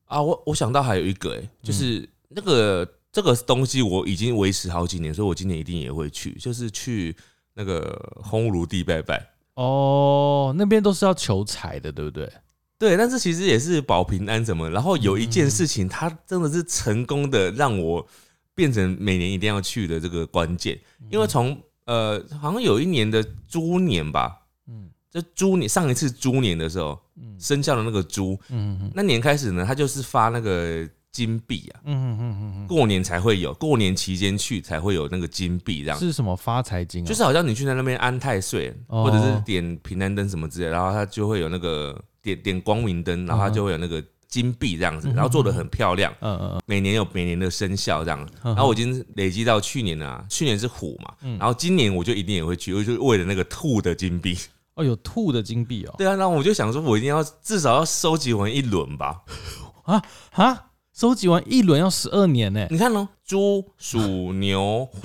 S2: 啊？我我想到还有一个、欸，就是那个这个东西我已经维持好几年，所以我今年一定也会去，就是去那个烘炉地拜拜。
S3: 哦，那边都是要求财的，对不对？
S2: 对，但是其实也是保平安什么。然后有一
S3: 嗯
S2: 件事情，它真的是成功的让我变成每年一定要去的这个关键，因
S3: 嗯
S2: 为从呃好像有一年的猪年吧，
S3: 嗯
S2: 就猪年上一次猪年的时候
S3: 嗯
S2: 生肖的那个猪，
S3: 嗯
S2: 那年开始呢，它就是发那个金币啊，
S3: 嗯嗯嗯嗯
S2: 过年才会有，过年期间去才会有那个金币这样
S3: 嗯，。是什么发财金啊？
S2: 就是好像你去在那边安太岁，
S3: 哦
S2: 或者是点平安灯什么之类的，然后它就会有那个点点光明灯，然后它就会有那个金币这样子，
S3: 嗯哼
S2: 然后做的很漂亮。
S3: 嗯嗯
S2: 每年有每年的生肖这样，
S3: 嗯，
S2: 然后我已经累积到去年了啊、去年是虎嘛，
S3: 嗯
S2: 然后今年我就一定也会去，我就为了那个兔的金币。
S3: 哦有兔的金币哦
S2: 对啊，那我就想说，我一定要至少要收集完一 轮吧。
S3: 啊，收集完一轮要十二年呢。
S2: 你看哦，猪、鼠、牛、 虎，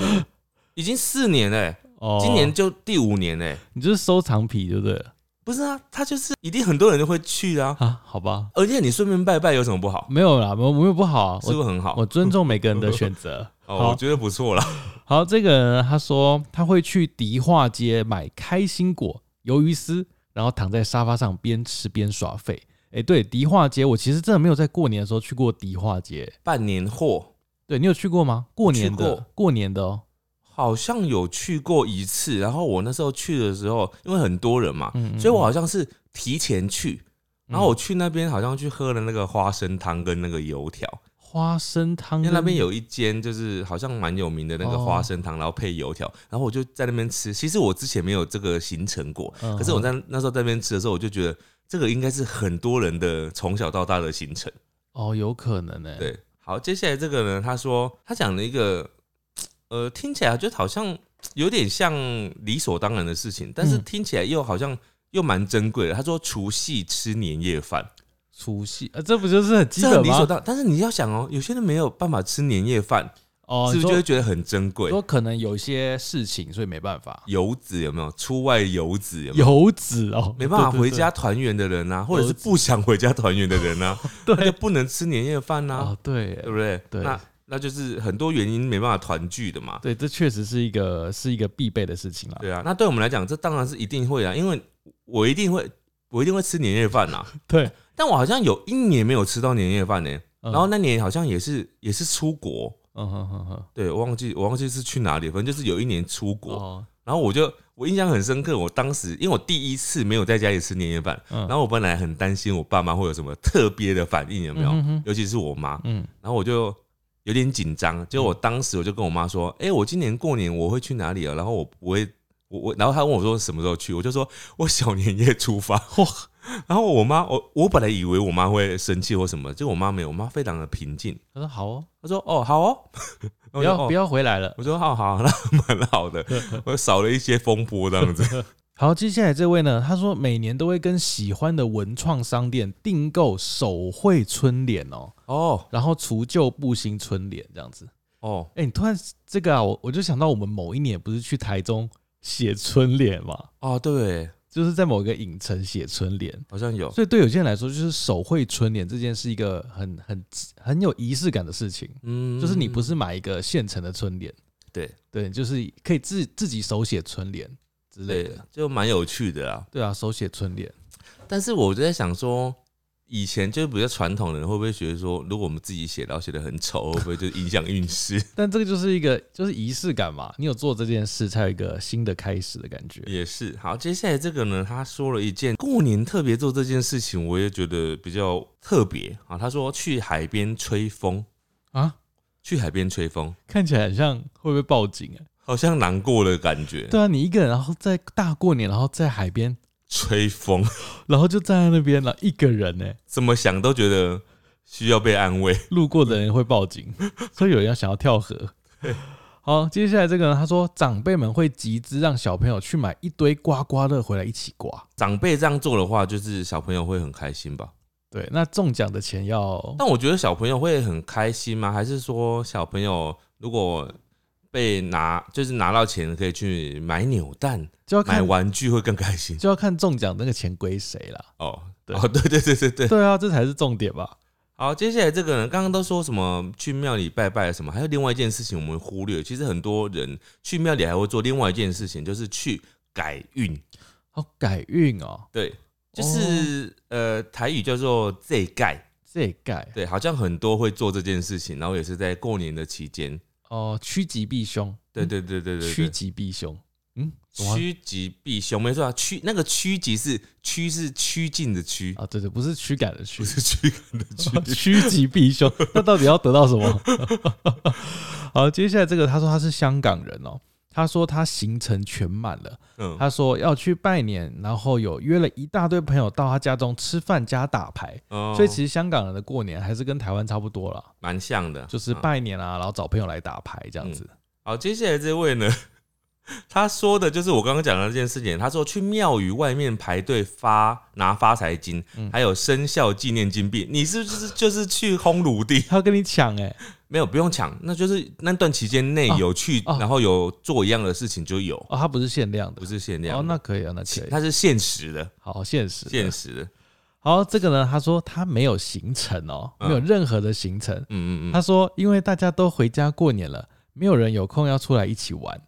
S2: 已经四年嘞、
S3: 哦，
S2: 今年就第五年嘞、欸
S3: 你就是收藏癖，对不对？
S2: 不是啊，他就是一定很多人都会去啊。
S3: 啊，好吧，
S2: 而且你顺便拜拜有什么不好？
S3: 没有啦，没有没有不好啊，
S2: 是不
S3: 我
S2: 是很好？
S3: 我尊重每个人的选择。
S2: 哦，
S3: 好
S2: 我觉得不错啦。
S3: 好，这个人他说他会去迪化街买开心果、鱿鱼丝，然后躺在沙发上边吃边耍废。哎、对，迪化街我其实真的没有在过年的时候去过迪化街。
S2: 办年货
S3: 对你有去过吗？过
S2: 去
S3: 年的
S2: 过
S3: 过年的哦，
S2: 好像有去过一次，然后我那时候去的时候，因为很多人嘛，
S3: 嗯嗯
S2: 所以我
S3: 嗯
S2: 好像是提前去，然后我去那边好像去喝了那个花生汤跟那个油条，
S3: 花生汤
S2: 因为
S3: 跟
S2: 那边有一间就是好像蛮有名的那
S3: 哦
S2: 个花生汤，然后配油条，然后我就在那边吃。其实我之前没有这个行程过，
S3: 嗯
S2: 可是我在那时候在那边吃的时候，我就觉得这个应该是很多人的从小到大的行程。
S3: 哦，有可能呢、
S2: 对，好，接下来这个呢，他说他讲了一个，呃，听起来就好像有点像理所当然的事情，但是
S3: 嗯
S2: 听起来又好像又蛮珍贵的。他说除夕吃年夜饭，
S3: 除夕啊，这不就是很基
S2: 这很
S3: 本
S2: 理所
S3: 吗？
S2: 当，但是你要想哦，有些人没有办法吃年夜饭，
S3: 哦，
S2: 是
S3: 你
S2: 不是就
S3: 说
S2: 会觉得很珍贵？
S3: 说可能有一些事情，所以没办法。
S2: 游子有没有？出外游子有没有？
S3: 游子哦，
S2: 没办法
S3: 对对
S2: 回
S3: 对
S2: 家团圆的人呐、啊，或者是
S3: 游子
S2: 不想回家团圆的人呐、啊，
S3: 对
S2: 他就不能吃年夜饭呐、
S3: 哦，对
S2: 对不对？
S3: 对
S2: 那那就是很多原因没办法团聚的嘛。
S3: 对，这确实是一个是一个必备的事情啦。
S2: 对啊，那对我们来讲，这当然是一定会啊，因为我一定会，我一定会吃年夜饭呐、啊
S3: 对，
S2: 但我好像有一年没有吃到年夜饭呢、
S3: 嗯
S2: 然后那年好像也是也是出国，
S3: 嗯哼哼哼，
S2: 对我忘记我忘记是去哪里，反正就是有一年出国，
S3: 哦，
S2: 然后我就我印象很深刻，我当时因为我第一次没有在家里吃年夜饭，
S3: 嗯
S2: 然后我本来很担心我爸妈会有什么特别的反应，有没有？
S3: 嗯哼哼
S2: 尤其是我妈，
S3: 嗯，
S2: 然后我就有点紧张，结果我当时我就跟我妈说：“哎、我今年过年我会去哪里啊？”然后我不会，我我，然后她问我说什么时候去，我就说我小年夜 出发。然后我妈，我我本来以为我妈会生气或什么，结果我妈没有，我妈非常的平静，
S3: 他说好哦，
S2: 她说：“哦，好哦， 然
S3: 不
S2: 后我就
S3: 要
S2: 哦
S3: 不要回来了。
S2: 我说好哦好，那蛮 好的，我少了一些风波这样子。
S3: 好，接下来这位呢，他说每年都会跟喜欢的文创商店订购手绘春联 哦，
S2: 哦
S3: 然后除旧布新春联这样子。
S2: 哦，
S3: 哎、你突然这个啊，我我就想到我们某一年不是去台中写春联嘛，
S2: 哦，对，
S3: 就是在某个影城写春联，
S2: 好像有，
S3: 所以对有些人来说，就是手绘春联这件是一个很很很有仪式感的事情，
S2: 嗯
S3: 就是你不是买一个现成的春联，
S2: 对
S3: 对，就是可以自自己手写春联之类
S2: 对
S3: 的，，
S2: 就蛮有趣的啊。
S3: 对啊，手写春联，
S2: 但是我就在想说，以前就是比较传统的人会不会觉得说，如果我们自己写，然后写的很丑，会不会就影响运势？
S3: 但这个就是一个就是仪式感嘛，你有做这件事，才有一个新的开始的感觉。
S2: 也是。好，接下来这个呢，他说了一件过年特别做这件事情，我也觉得比较特别啊。他说去海边吹风
S3: 啊，
S2: 去海边吹风，
S3: 看起来很像会不会报警啊？
S2: 好像难过的感觉。
S3: 对啊，你一个人，然后在大过年，然后在海边，
S2: 吹风，
S3: 然后就站在那边了，然后一个人呢、
S2: 怎么想都觉得需要被安慰。
S3: 路过的人会报 警，所以有人要想要跳河。 好，接下来这个呢，他说长辈们会集资让小朋友去买一堆刮刮乐回来一起刮。
S2: 长辈这样做的话，就是小朋友会很开心吧？
S3: 对，那中奖的钱要
S2: 但我觉得小朋友会很开心吗？还是说小朋友如果被拿，就是拿到钱可以去买扭蛋、
S3: 就要
S2: 买
S3: 看
S2: 玩具，会更 开心？
S3: 就要看中奖那个钱归谁啦。
S2: 哦，
S3: 对
S2: 哦， 对对对对对。
S3: 对啊，这才是重点吧。
S2: 好，接下来这个人刚刚都说什么去庙里拜拜什么，还有另外一件事情我们忽略，其实很多人去庙里还会做另外一件事情，就是去改运。
S3: 好，改运哦，
S2: 对，就是、呃，台语叫做“这盖
S3: 这改”，
S2: 对，好像很多会做这件事情，然后也是在过年的期间。
S3: 哦，趋吉避凶，
S2: 对对对对对
S3: 趋
S2: 对，
S3: 吉避凶，嗯，懂吗
S2: 趋吉避凶，没错啊。趋那个趋吉是趋是趋近的趋，
S3: 啊，对对，不是驱赶的驱哦
S2: 不，是驱赶的 驱。
S3: 趋吉避凶，那到底要得到什么？ 好，接下来这个他说他是香港人哦，他说他行程全满了，
S2: 嗯，
S3: 他说要去拜年，然后有约了一大堆朋友到他家中吃饭加打牌，
S2: 哦
S3: 所以其实香港人的过年还是跟台湾差不多啦，
S2: 蛮像的，
S3: 就是
S2: 啊
S3: 拜年啊，然后找朋友来打牌这样子。
S2: 好，接下来这位呢， 他说的就是我刚刚讲的那件事情。他说去庙宇外面排队发拿发财金，
S3: 嗯
S2: 还有生肖纪念金币。你是不是 就是去烘炉地？
S3: 他要跟你抢哎、
S2: 没有，不用抢，那就是那段期间内
S3: 哦
S2: 有去，
S3: 哦
S2: 然后有做一样的事情就有，
S3: 哦，他不是限量的，
S2: 不是限量的。
S3: 哦，那可以啊，那可以，
S2: 它是限时的，
S3: 好现实的
S2: 限时的。
S3: 好，这个呢，他说他没有行程哦，
S2: 嗯
S3: 没有任何的行程。
S2: 嗯嗯
S3: 他
S2: 嗯，
S3: 说，因为大家都回家过年了，没有人有空要出来一起玩。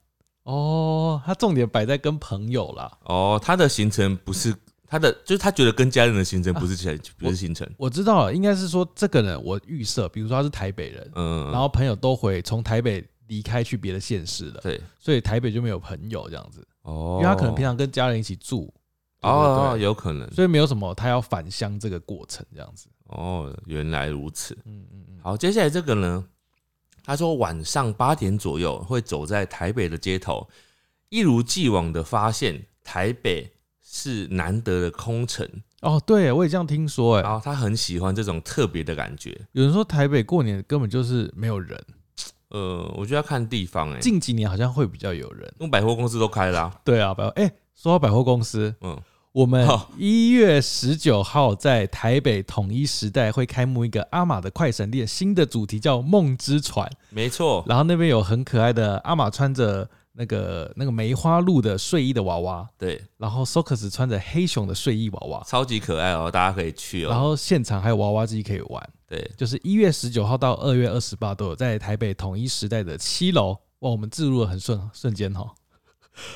S3: 哦，他重点摆在跟朋友啦。
S2: 哦，他的行程不是他的就是他觉得跟家人的行程不是行、不是行程，
S3: 啊我知道了，应该是说这个人，我预设，比如说他是台北人，
S2: 嗯，
S3: 然后朋友都回从台北离开去别的县市了，
S2: 对，
S3: 所以台北就没有朋友这样子，因
S2: 哦，
S3: 为他可能平常跟家人一起住，对
S2: 哦，
S3: 对
S2: 有可能，
S3: 所以没有什么他要返乡这个过程这样子。
S2: 哦，原来如此。
S3: 嗯嗯嗯，
S2: 好，接下来这个呢，他说晚上八点左右会走在台北的街头，一如既往的发现台北是难得的空城，
S3: 哦，对，我也这样听说，
S2: 然
S3: 哎，
S2: 后他很喜欢这种特别的感觉。
S3: 有人说台北过年根本就是没有人，
S2: 呃，我觉得要看地方哎、欸，
S3: 近几年好像会比较有人。
S2: 因为百货公司都开啦、
S3: 对啊，百货，哎，说到百货公司，
S2: 嗯，
S3: 我们
S2: 好
S3: 一月十九号在台北统一时代会开幕一个阿玛的快闪店，新的主题叫“梦之船
S2: 没”， 错，
S3: 然后那边有很可爱的阿玛穿着那个那个梅花鹿的睡衣的娃娃，
S2: 对，
S3: 然后 Socus 穿着黑熊的睡衣娃娃，
S2: 超级可爱哦、大家可以去哦、
S3: 然后现场还有娃娃机可以玩，
S2: 对，
S3: 就是一月十九号到二月二十八都有在台北统一时代的七楼。哇，我们自入了很顺瞬间哈，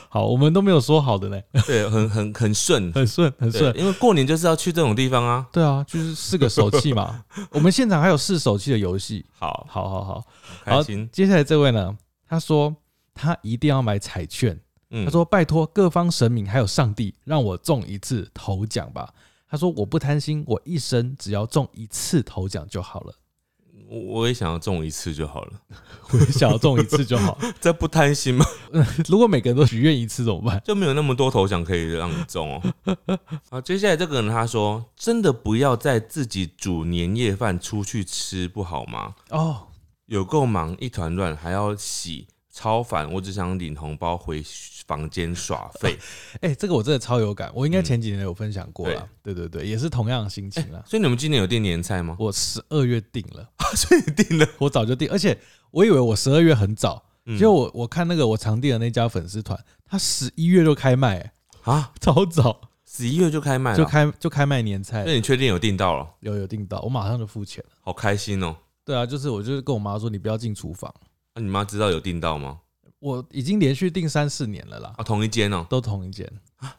S3: 好，我们都没有说好的 嘞，
S2: 对，很很很顺，
S3: 很顺很顺
S2: 对，。因为过年就是要去这种地方啊。
S3: 对啊，就是试个手气 嘛。我们现场还有试手气的游戏。
S2: 好，
S3: 好好好，
S2: 开心。
S3: 接下来这位呢，他说他一定要买彩券。
S2: 嗯
S3: 他说拜托各方神明还有上帝，让我中一次头奖吧。他说我不贪心，我一生只要中一次头奖就好 了，
S2: 我我也想要中一次就好了，
S3: 我也想要中一次就好。
S2: 这不贪心吗？
S3: 如果每个人都许愿一次怎么办？
S2: 就没有那么多头奖可以让你中 哦。好，接下来这个人他说，真的不要再自己煮年夜饭出去吃不好吗？
S3: 哦，
S2: 有够忙，一团乱，还要洗，超烦。我只想领红包回房间耍 废。
S3: 哎、这个我真的超有感，我应该前几年有分享过了。
S2: 嗯
S3: 嗯对哎对对，也是同样的心情啦。
S2: 所以你们今年有订年菜吗？
S3: 我十二月定了，
S2: 所以订了，
S3: 我早就定，而且我以为我十二月很早，
S2: 嗯
S3: 结果我我看那个我堂弟的那家粉丝团，他十一月就开卖、欸，
S2: 啊，
S3: 超早
S2: 十一月就开卖了，啊
S3: 就。开就开卖年菜
S2: 所，以你确定有订到了？
S3: 有有订到，我马上就付钱了。
S2: 好开心哦！
S3: 对啊，就是我就是跟我妈说，你不要进厨房，
S2: 那、你妈知道有订到吗？
S3: 我已经连续订三四年了啦，
S2: 啊，同一间哦、
S3: 都同一间。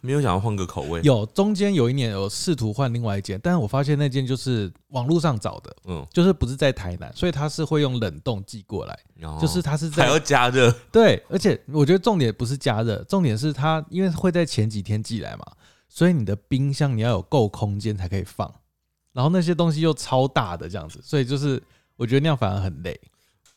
S2: 没有想要换个口味。，
S3: 有中间有一年有试图换另外一间，但是我发现那间就是网络上找的，
S2: 嗯，
S3: 就是不是在台南，所以它是会用冷冻寄过来，
S2: 然后
S3: 就是它是
S2: 哦 还
S3: 在
S2: 要加热，
S3: 对，而且我觉得重点不是加热，重点是它因为会在前几天寄来嘛，所以你的冰箱你要有够空间才可以放，然后那些东西又超大的这样子，所以就是我觉得那样反而很累。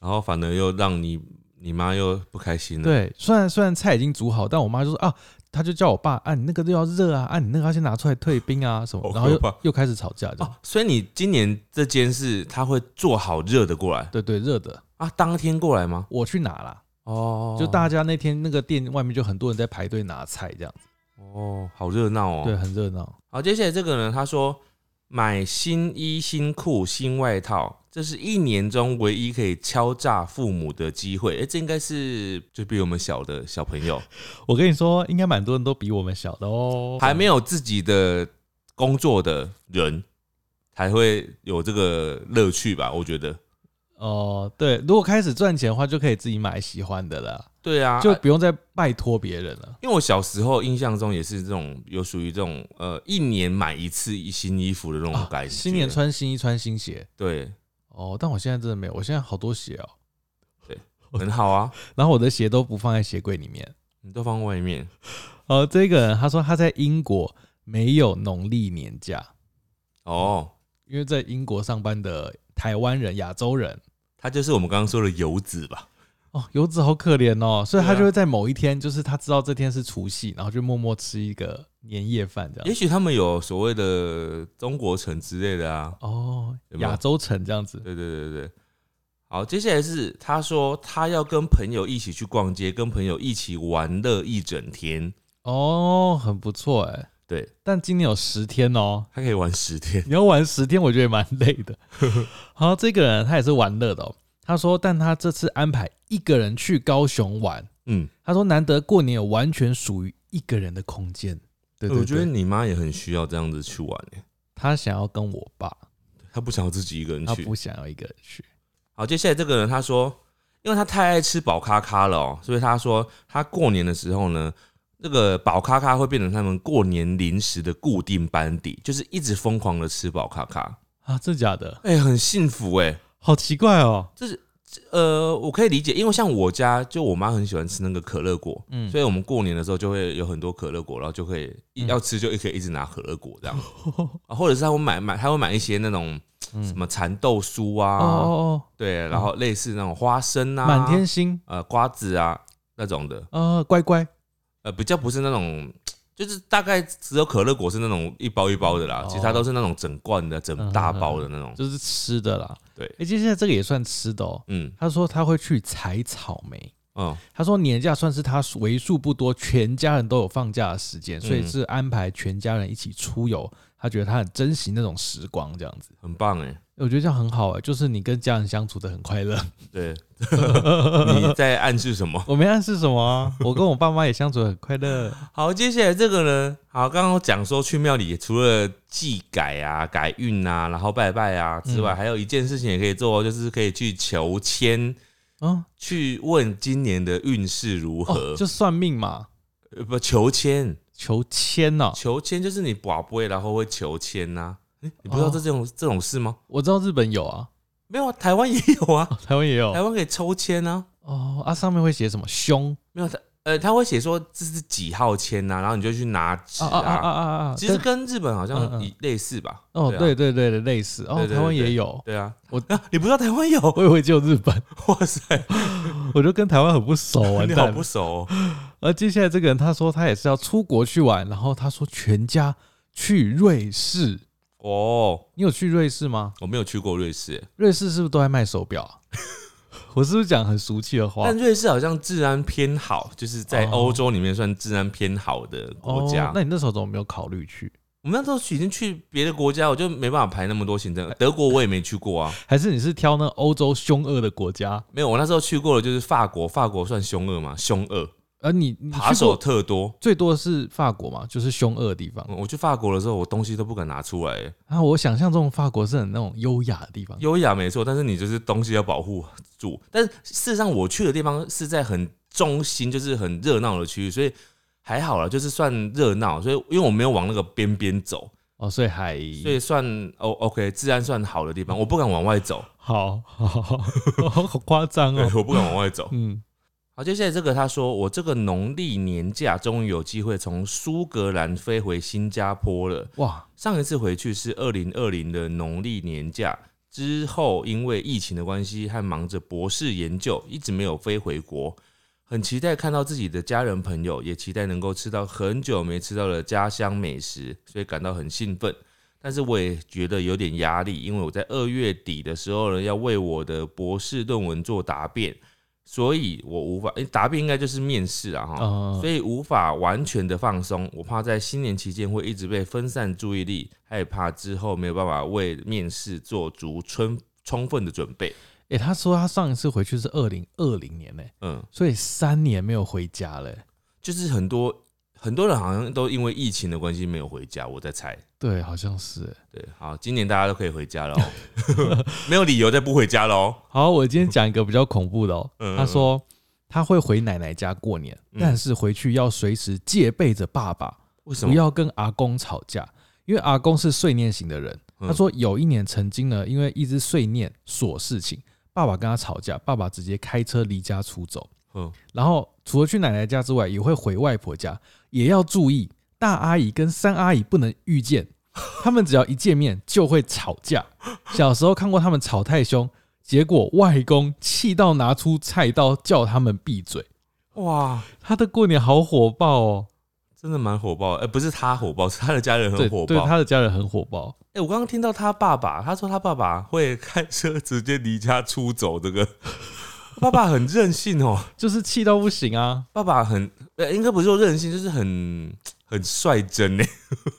S2: 然后反而又让你你妈又不开心了。，
S3: 对，虽然虽然菜已经煮好，但我妈就说啊，她就叫我爸啊，你那个都要热啊，啊你那个要先拿出来退冰啊什么，
S2: 好
S3: 然后又
S2: 可怕
S3: 又开始吵架这样。
S2: 哦，所以你今年这间是他会做好热的过来
S3: 对对，热的
S2: 啊，当天过来吗？
S3: 我去拿啦，
S2: 哦，
S3: 就大家那天那个店外面就很多人在排队拿菜这样子，
S2: 哦，好热闹哦。
S3: 对，，很热闹。
S2: 好，接下来这个呢，他说买新衣、新裤、新外套，这是一年中唯一可以敲诈父母的机会。哎、这应该是就比我们小的小朋友，
S3: 我跟你说，应该蛮多人都比我们小的哦，
S2: 还没有自己的工作的人。才会有这个乐趣吧，我觉得。
S3: 哦，对，如果开始赚钱的话，就可以自己买喜欢的了，
S2: 对啊，
S3: 就不用再拜托别人了。
S2: 因为我小时候印象中也是这种有属于这种呃一年买一次新衣服的那种
S3: 啊
S2: 感觉，
S3: 新年穿新衣，穿新鞋。
S2: 对
S3: 哦，但我现在真的没有，我现在好多鞋哦，
S2: 很好啊，
S3: 然后我的鞋都不放在鞋柜里面。
S2: 你都放外面
S3: 哦，这个人他说他在英国没有农历年假，
S2: 哦。
S3: 因为在英国上班的台湾人、亚洲人，
S2: 它就是我们刚刚说的游子吧？
S3: 哦，游子好可怜哦，所以他
S2: 对啊
S3: 就会在某一天，就是他知道这天是除夕，然后就默默吃一个年夜饭这
S2: 也
S3: 样。
S2: 许他们有所谓的中国城之类的啊。
S3: 哦，
S2: 有没有
S3: 亚洲城这样子。
S2: 对对对对对。好，接下来是他说他要跟朋友一起去逛街，跟朋友一起玩乐一整天。
S3: 哦，很不错哎、
S2: 对，
S3: 但今年有十天哦，
S2: 他可以玩十天。
S3: 你要玩十天，我觉得也蛮累 的。好，这个人他也是玩乐的哦。他说，但他这次安排一个人去高雄玩。
S2: 嗯，
S3: 他说，难得过年有完全属于一个人的空间。对对
S2: 我觉得
S3: 对
S2: 你妈也很需要这样子去玩、欸，
S3: 他想要跟我爸，
S2: 她不想要自己一个人
S3: 他
S2: 去。
S3: 不想要一个人去。
S2: 好，接下来这个人他说，因为他太爱吃饱咖咖了哦、所以他说他过年的时候呢，那个宝咖咖会变成他们过年零食的固定班底，就是一直疯狂的吃宝咖咖，
S3: 啊，真的假的？
S2: 哎、很幸福哎、
S3: 好奇怪哦。
S2: 呃，我可以理解，因为像我家就我妈很喜欢吃那个可乐果，
S3: 嗯
S2: 所以我们过年的时候就会有很多可乐果，然后就会一
S3: 嗯
S2: 要吃就可以一直拿可乐果 这样，啊或者是她会买买，她会买一些那种
S3: 嗯
S2: 什么蚕豆酥
S3: 哦
S2: 啊，
S3: 哦
S2: 对，然后类似那种花生
S3: 哦，
S2: 啊，
S3: 满天星
S2: 呃瓜子啊那种的，
S3: 啊，乖乖
S2: 呃比较不是那种，就是大概只有可乐果是那种一包一包的啦，
S3: 哦
S2: 其他都是那种整罐的、整大包的那种。
S3: 就是吃的啦。
S2: 对
S3: 哎，其实现在这个也算吃的哦。
S2: 嗯
S3: 他说他会去采草莓。
S2: 嗯
S3: 他说年假算是他为数不多全家人都有放假的时间，所以
S2: 嗯
S3: 是安排全家人一起出游。他觉得他很珍惜那种时光，这样子，
S2: 很棒哎，
S3: 我觉得这样很好哎、就是你跟家人相处的很快乐。
S2: 对， 你在暗示什么？
S3: 我没暗示什么啊， 我跟我爸妈也相处的很快 乐。
S2: 好，接下来这个呢？好，刚刚我讲说去庙里除了祭改啊、改运啊，然后拜拜啊之外，
S3: 嗯
S2: 还有一件事情也可以做哦，就是可以去求签，
S3: 嗯，
S2: 去问今年的运势如何。
S3: 哦，就算命嘛，
S2: 呃不求签，
S3: 求签哦。
S2: 求签就是你卜卜，然后会求签呐、诶你不知道
S3: 哦
S2: 这这种、这种事吗？
S3: 我知道日本有啊，
S2: 没有啊，台湾也有啊，
S3: 哦台湾也有
S2: 台湾可以抽签啊。
S3: 哦啊，上面会写什么凶
S2: 没有他呃，他会写说这是几号签呐、然后你就去拿纸
S3: 啊
S2: 啊。
S3: 啊啊啊啊啊！
S2: 其
S3: 对
S2: 实跟日本好
S3: 嗯
S2: 像
S3: 嗯
S2: 一类似吧？
S3: 哦，
S2: 啊
S3: 对对对对，类似哦
S2: 对，对
S3: 台湾
S2: 对
S3: 也有，
S2: 对啊，
S3: 我
S2: 啊 你不知道台湾有？
S3: 我以为只有日本，
S2: 哇塞，
S3: 我就跟台湾很不熟，完
S2: 你好
S3: 蛋
S2: 不
S3: 了。
S2: 熟、哦。
S3: 而接下来这个人，他说他也是要出国去玩，然后他说全家去瑞士。
S2: 哦，
S3: 你有去瑞士吗？
S2: 我没有去过瑞士耶，
S3: 瑞士是不是都在卖手表 啊？我是不是讲很俗气的话
S2: 但？瑞士好像治安偏好，就是在
S3: 哦
S2: 欧洲里面算治安偏好的国家。
S3: 哦，那你那时候怎么没有考虑去？
S2: 我们那时候已经去别的国家，我就没办法排那么多行程。德国我也没去过啊，
S3: 还是你是挑那欧洲凶恶的国家？
S2: 没有。我那时候去过的就是法国，法国算凶恶吗？凶恶，
S3: 而呃你你
S2: 扒
S3: 去
S2: 手
S3: 过
S2: 特多。
S3: 最多的是法国嘛，就是凶恶的地方。
S2: 嗯我去法国的时候，我东西都不敢拿出来，
S3: 然后我想象中法国是很那种优雅的地方，
S2: 优雅没错，但是你就是东西要保护住。但是事实上，我去的地方是在很中心，就是很热闹的区域，所以还好了，就是算热闹。所以因为我没有往那个边边走，
S3: 哦，所以还
S2: 所以算哦 OK，治安算好的地方，我不敢往外走，
S3: 好好好，好夸张
S2: 对
S3: 哦，。
S2: 我不敢往外走。
S3: 嗯，
S2: 好，接下来这个他说，我这个农历年假终于有机会从苏格兰飞回新加坡了。
S3: 哇，
S2: 上一次回去是二零二零的农历年假之后，因为疫情的关系和忙着博士研究，一直没有飞回国。很期待看到自己的家人朋友，也期待能够吃到很久没吃到的家乡美食，所以感到很兴奋。但是我也觉得有点压力，因为我在二月底的时候呢，要为我的博士论文做答辩，所以我无法，诶答辩应该就是面试啊，哈、
S3: 嗯
S2: 所以无法完全的放松。我怕在新年期间会一直被分散注意力，害怕之后没有办法为面试做足充充分的准备。
S3: 诶，他说他上一次回去是二零二零年呢，
S2: 嗯，
S3: 所以三年没有回家了。
S2: 就是很多很多人好像都因为疫情的关系没有回家，我在猜。
S3: 对，好像是诶。
S2: 对，好，今年大家都可以回家了哦， 没有理由再不回家了哦。
S3: 好，我今天讲一个比较恐怖的哦。
S2: 嗯
S3: 他说他会回奶奶家过年，
S2: 嗯
S3: 但是回去要随时戒备着爸爸，
S2: 为什
S3: 不
S2: 么？
S3: 要跟阿公吵架，因为阿公是碎念型的人。
S2: 嗯
S3: 他说有一年曾经呢，因为一直碎念琐事情，爸爸跟他吵架，爸爸直接开车离家出走。
S2: 嗯，
S3: 然后除了去奶奶家之外，也会回外婆家，也要注意大阿姨跟三阿姨不能遇见， 他们只要一见面就会吵架。小时候看过他们吵太凶，结果外公气到拿出菜刀叫他们闭嘴。
S2: 哇，
S3: 他的过年好火爆哦，
S2: 真的蛮火爆的。哎、不是他火爆，是他的家人很
S3: 对
S2: 火
S3: 对，
S2: 爆。哎、
S3: 他的家人很火爆。
S2: 哎我刚刚听到他爸爸，他说他爸爸会开车直接离家出走，这个爸爸很任性哦。
S3: 就是气到不行啊，
S2: 爸爸很，呃，应该不是说任性，就是很很率真呢，欸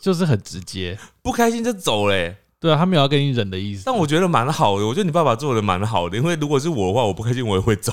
S3: 就是很直接。
S2: 不开心就走嘞。
S3: 对啊，他没有要跟你忍的意思。
S2: 但我觉得蛮好的，我觉得你爸爸做的蛮好的，因为如果是我的话，我不开心我也会走，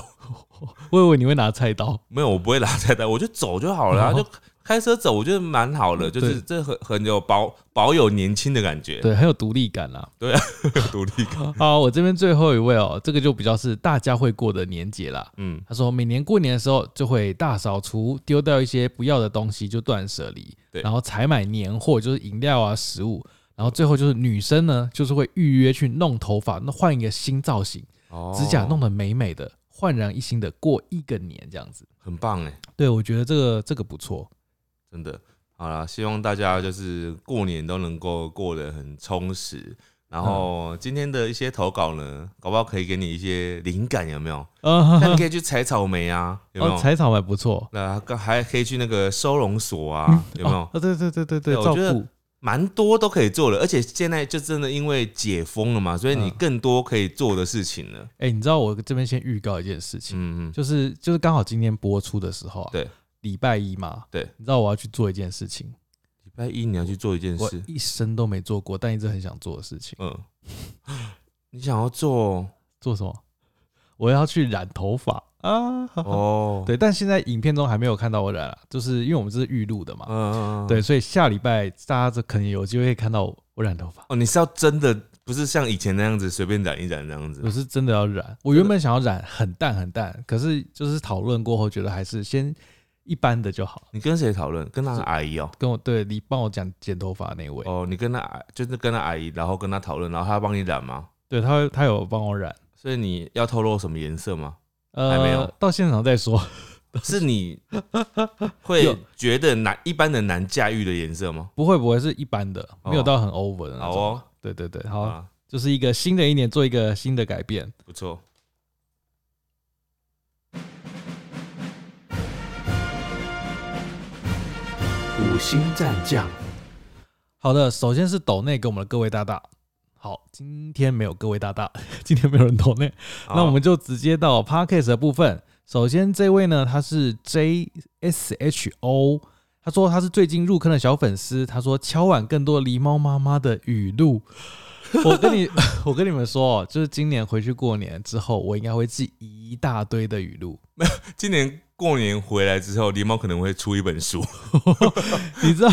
S3: 我以为你会拿菜刀，
S2: 没有，我不会拿菜单，我就走就好了啊、
S3: 哦
S2: 就开车走，我觉得蛮好的，就
S3: 对
S2: 是这很很有保保有年轻的感觉，
S3: 对，很有独立感啦。
S2: 独立 感。
S3: 好，我这边最后一位哦，这个就比较是大家会过的年节啦。
S2: 嗯，
S3: 他说每年过年的时候就会大扫除，丢掉一些不要的东西，就断舍离。
S2: 对
S3: 然后采买年货，就是饮料啊、食物。然后最后就是女生呢，就是会预约去弄头发，那换一个新造型，
S2: 哦
S3: 指甲弄得美美的，焕然一新的过一个年这样子。
S2: 很棒哎，
S3: 对，我觉得这个这个不错。
S2: 真的。好啦，希望大家就是过年都能够过得很充实。然后
S3: 嗯
S2: 今天的一些投稿呢，搞不好可以给你一些灵感，有 没有？
S3: 啊
S2: 那你可以去采草莓啊， 有没
S3: 哦，
S2: 有？
S3: 采草还不错。
S2: 那刚还可以去那个收容所啊，有没有
S3: 哦？？对对对对对，
S2: 对我
S3: 照
S2: 觉得
S3: 顾。
S2: 蛮多都可以做的，而且现在就真的因为解封了嘛，所以你
S3: 嗯
S2: 更多可以做的事情了。
S3: 哎，你知道我这边先预告一件事情，
S2: 嗯嗯，
S3: 就是就是刚好今天播出的时候啊，
S2: 对，
S3: 礼拜一嘛，
S2: 对
S3: 你知道我要去做一件事情，
S2: 礼拜一你要去做一件
S3: 我
S2: 事，
S3: 一生都没做过，但一直很想做的事情，
S2: 嗯， 你想要 做
S3: 做什么？我要去染头发啊！
S2: 哦，，
S3: 对，但现在影片中还没有看到我染啊，就是因为我们这是预录的嘛，
S2: 嗯嗯，
S3: 对，所以下礼拜大家这可能有机会看到我我染头发。
S2: 哦，你是要真的，不是像以前那样子随便染一染那样子
S3: 我。是真的要染，我原本想要染很淡很淡，可是就是讨论过后觉得还是先一般的就好。
S2: 你跟谁讨论？跟那个阿姨哦、
S3: 跟我对你帮我讲剪头发那位，
S2: 哦，你跟那阿就是跟那阿姨，然后跟她讨论，然后她帮你染吗？
S3: 对他会他有帮我染，
S2: 所以你要透露什么颜色吗？
S3: 呃，
S2: 还没有
S3: 到现场再说。
S2: 是你
S3: 有
S2: 会觉得难一般的难驾驭的颜色吗？
S3: 不会不会是一般的，
S2: 哦
S3: 没有到很 over 的那
S2: 好
S3: 种。
S2: 哦，
S3: 对对对，嗯好，
S2: 啊，
S3: 就是一个新的一年做一个新的改变。
S2: 不错。
S4: 五星战将，
S3: 好的，首先是抖内给我们的各位大大。好，今天没有各位大大， 今天没有人抖内，那我们就直接到 podcast 的部分。首先这位呢，他是 J S H O，他说他是最近入坑的小粉丝，他说敲碗更多狸猫妈妈的语 录。我跟你，我跟你们说，哦，就是今年回去过年之后，我应该会记一大堆的语录。
S2: 好今年过年回来之后，狸猫可能会出一本书，
S3: 你知道，。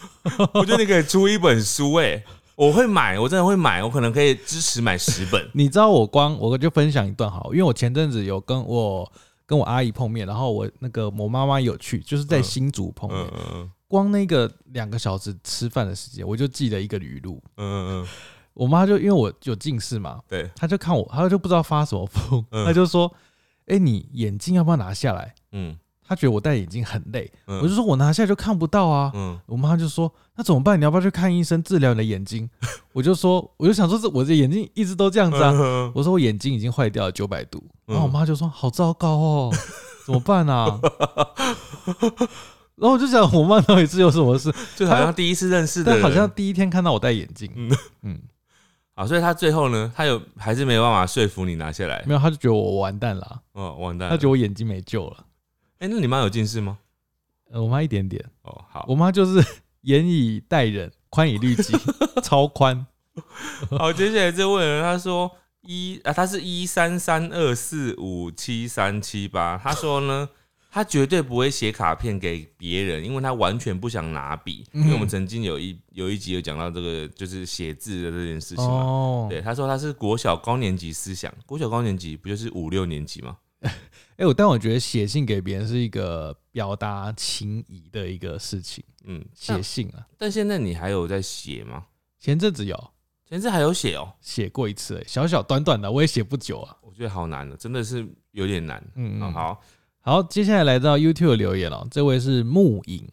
S2: 我觉得你可以出一本书哎、我会买，我真的会买，我可能可以支持买十本
S3: 你知道我光我就分享一段好了，因为我前阵子有跟我跟我阿姨碰面，然后我那个我妈妈有去，就是在
S2: 嗯
S3: 新竹碰面，
S2: 嗯嗯
S3: 光那个两个小时吃饭的时间，我就记得一个语录。
S2: 嗯嗯嗯，
S3: 我妈就因为我有近视嘛，
S2: 对，
S3: 她就看我，她就不知道发什么疯，
S2: 嗯
S3: 她就说：“哎、你眼镜要不要拿下来
S2: 嗯？”
S3: 她觉得我戴眼镜很累，
S2: 嗯，
S3: 我就说我拿下来就看不到啊。
S2: 嗯
S3: 我妈就说：“那怎么办？你要不要去看医生治疗你的眼睛？”我就说：“我就想说，这我的眼睛一直都这样子啊。
S2: 嗯
S3: 我说我眼睛已经坏掉了九百度，
S2: 嗯
S3: 然后我妈就说好糟糕哦，怎么办啊？ 然后我就想我妈到底是有什么事？
S2: 就好像第一次认识的
S3: 但
S2: 人，
S3: 好像第一天看到我戴眼镜，嗯
S2: 嗯啊，所以他最后呢，他有还是没有办法说服你拿下来
S3: 没，有，她就觉得我完蛋了，啊
S2: 哦，完蛋
S3: 她
S2: 了。
S3: 觉得我眼睛没救了。
S2: 哎、那你妈有近视吗？
S3: 呃我妈一点点，
S2: 哦，好
S3: 我，妈就是 严以待人，宽以律 己，超宽。
S2: 好，接下来这位人他说一啊，他是一三三二四五七三七八，他说呢，他绝对不会写卡片给别人，因为他完全不想拿笔，因为我们曾经有一有一集有讲到这个就是写字的这件事情嘛。
S3: 哦，
S2: 对，他说他是国小高年级思想，国小高年级不就是五六年级吗？
S3: 哎、我但我觉得写信给别人是一个表达情谊的一个事情，
S2: 嗯，
S3: 写
S2: 但
S3: 信啊，
S2: 但现在你还有在写吗？
S3: 前阵子有
S2: 前次还有写哦、
S3: 写过一次、哎小小短短的，我也写不久啊。
S2: 我觉得好难哦的，真的是有点难。
S3: 嗯
S2: 嗯，
S3: 嗯
S2: 好，
S3: 好，接下来来到 YouTube 的留言了、这位是木影，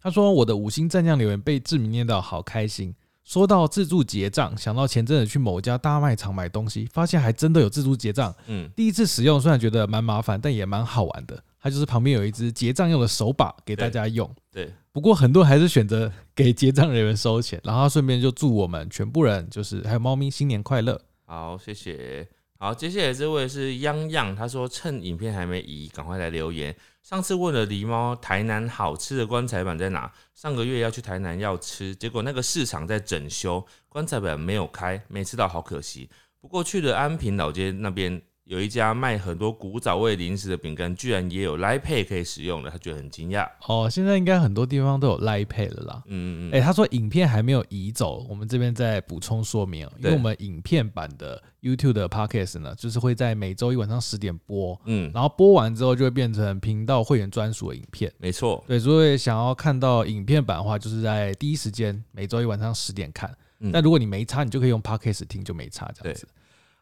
S3: 他说我的五星战将留言被志明念到，好开心。说到自助结账，想到前阵子去某家大卖场买东西，发现还真的有自助结账。
S2: 嗯，
S3: 第一次使用虽然觉得蛮麻烦，但也蛮好玩的。它就是旁边有一只结账用的手把给大家用，
S2: 对，
S3: 不过很多还是选择给结账人员收钱，然后他顺便就祝我们全部人，就是还有猫咪新年快乐。
S2: 好，谢谢。好，接下来这位是央央，他说趁影片还没移，赶快来留言。上次问了狸猫台南好吃的棺材板在哪，上个月要去台南要吃，结果那个市场在整修，棺材板没有开，没吃到，好可惜。不过去了安平老街那边有一家卖很多古早味零食的饼干，居然也有 Line Pay 可以使用的，他觉得很惊讶。
S3: 哦，现在应该很多地方都有 Line Pay 了啦。
S2: 嗯嗯嗯，
S3: 哎、他说影片还没有移走，我们这边再补充说明哦，因为
S2: 对
S3: 我们影片版的 YouTube 的 Podcast 呢，就是会在每周一晚上十点播，
S2: 嗯，
S3: 然后播完之后就会变成频道会员专属的影片。
S2: 没错，
S3: 对，所以想要看到影片版的话，就是在第一时间每周一晚上十点看。
S2: 嗯
S3: 但如果你没差，你就可以用 podcast 听，就没差这样
S2: 对
S3: 子。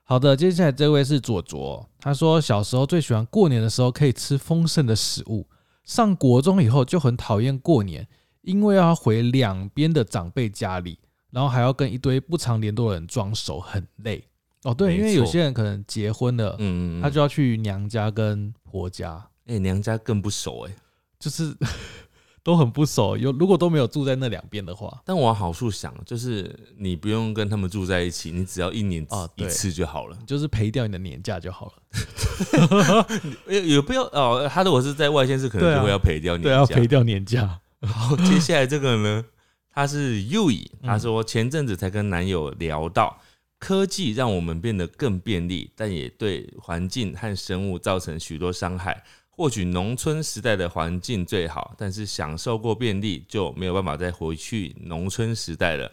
S3: 好的，接下来这位是左卓，他说小时候最喜欢过年的时候可以吃丰盛的食物，上国中以后就很讨厌过年，因为要回两边的长辈家里，然后还要跟一堆不常联络的人装熟，很累。哦，对，因为
S2: 没错
S3: 有些人可能结婚了，
S2: 嗯嗯，
S3: 他
S2: 他
S3: 就要去娘家跟婆家，
S2: 哎、娘家更不熟哎、
S3: 就是 都很不熟。有如果都没有住在那两边的话，
S2: 但往好处想，就是你不用跟他们住在一起，你只要一年
S3: 啊
S2: 一
S3: 对
S2: 次就好了
S3: 你。就是赔掉你的年假就好了。
S2: 有有必要哦？他如果是在外县市，可
S3: 对
S2: 能
S3: 啊
S2: 就会要赔掉年
S3: 对，
S2: 假。
S3: 要赔掉年假。
S2: 好，哦接下来这个呢，他是 U 以，
S3: 嗯
S2: 他说前阵子才跟男友聊到，科技让我们变得更便利，但也对环境和生物造成许多伤害。或许农村时代的环境最好，但是享受过便利就没有办法再回去农村时代了，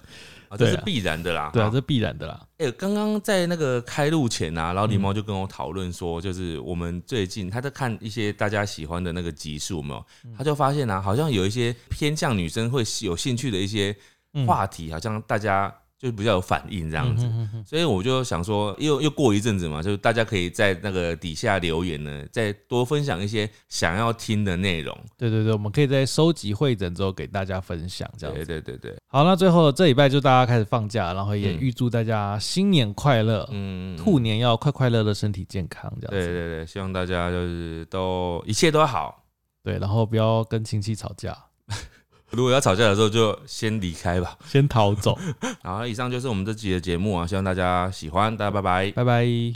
S2: 啊，这
S3: 对啊
S2: 是必然的啦。
S3: 对啊，
S2: 哈
S3: 这必然的啦。
S2: 哎、刚刚在那个开录前啊，然
S3: 嗯
S2: 后狸猫就跟我讨论说，就是我们最近他在看一些大家喜欢的那个集数，有没有，
S3: 嗯
S2: 他就发现啊，好像有一些偏向女生会有兴趣的一些
S3: 嗯
S2: 话题，好像大家就比较有反应这样子。
S3: 嗯哼哼
S2: 所以我就想说，又又过一阵子嘛，就是大家可以在那个底下留言呢，再多分享一些想要听的内容。
S3: 对对对，我们可以在收集会诊之后给大家分享这样
S2: 对
S3: 子。哦
S2: 对对对，
S3: 好，那最后这礼拜就大家开始放假，然后也
S2: 嗯
S3: 预祝大家新年快乐，
S2: 嗯，
S3: 兔年要快快乐乐，身体健康这样
S2: 对对
S3: 子。
S2: 对，希望大家就是都一切都好。
S3: 对，然后不要跟亲戚吵架，
S2: 如果要吵架的时候，就先离开吧。
S3: 先逃走，
S2: 好，以上就是我们这期的节目啊，希望大家喜欢，大家拜 拜。
S3: 拜拜。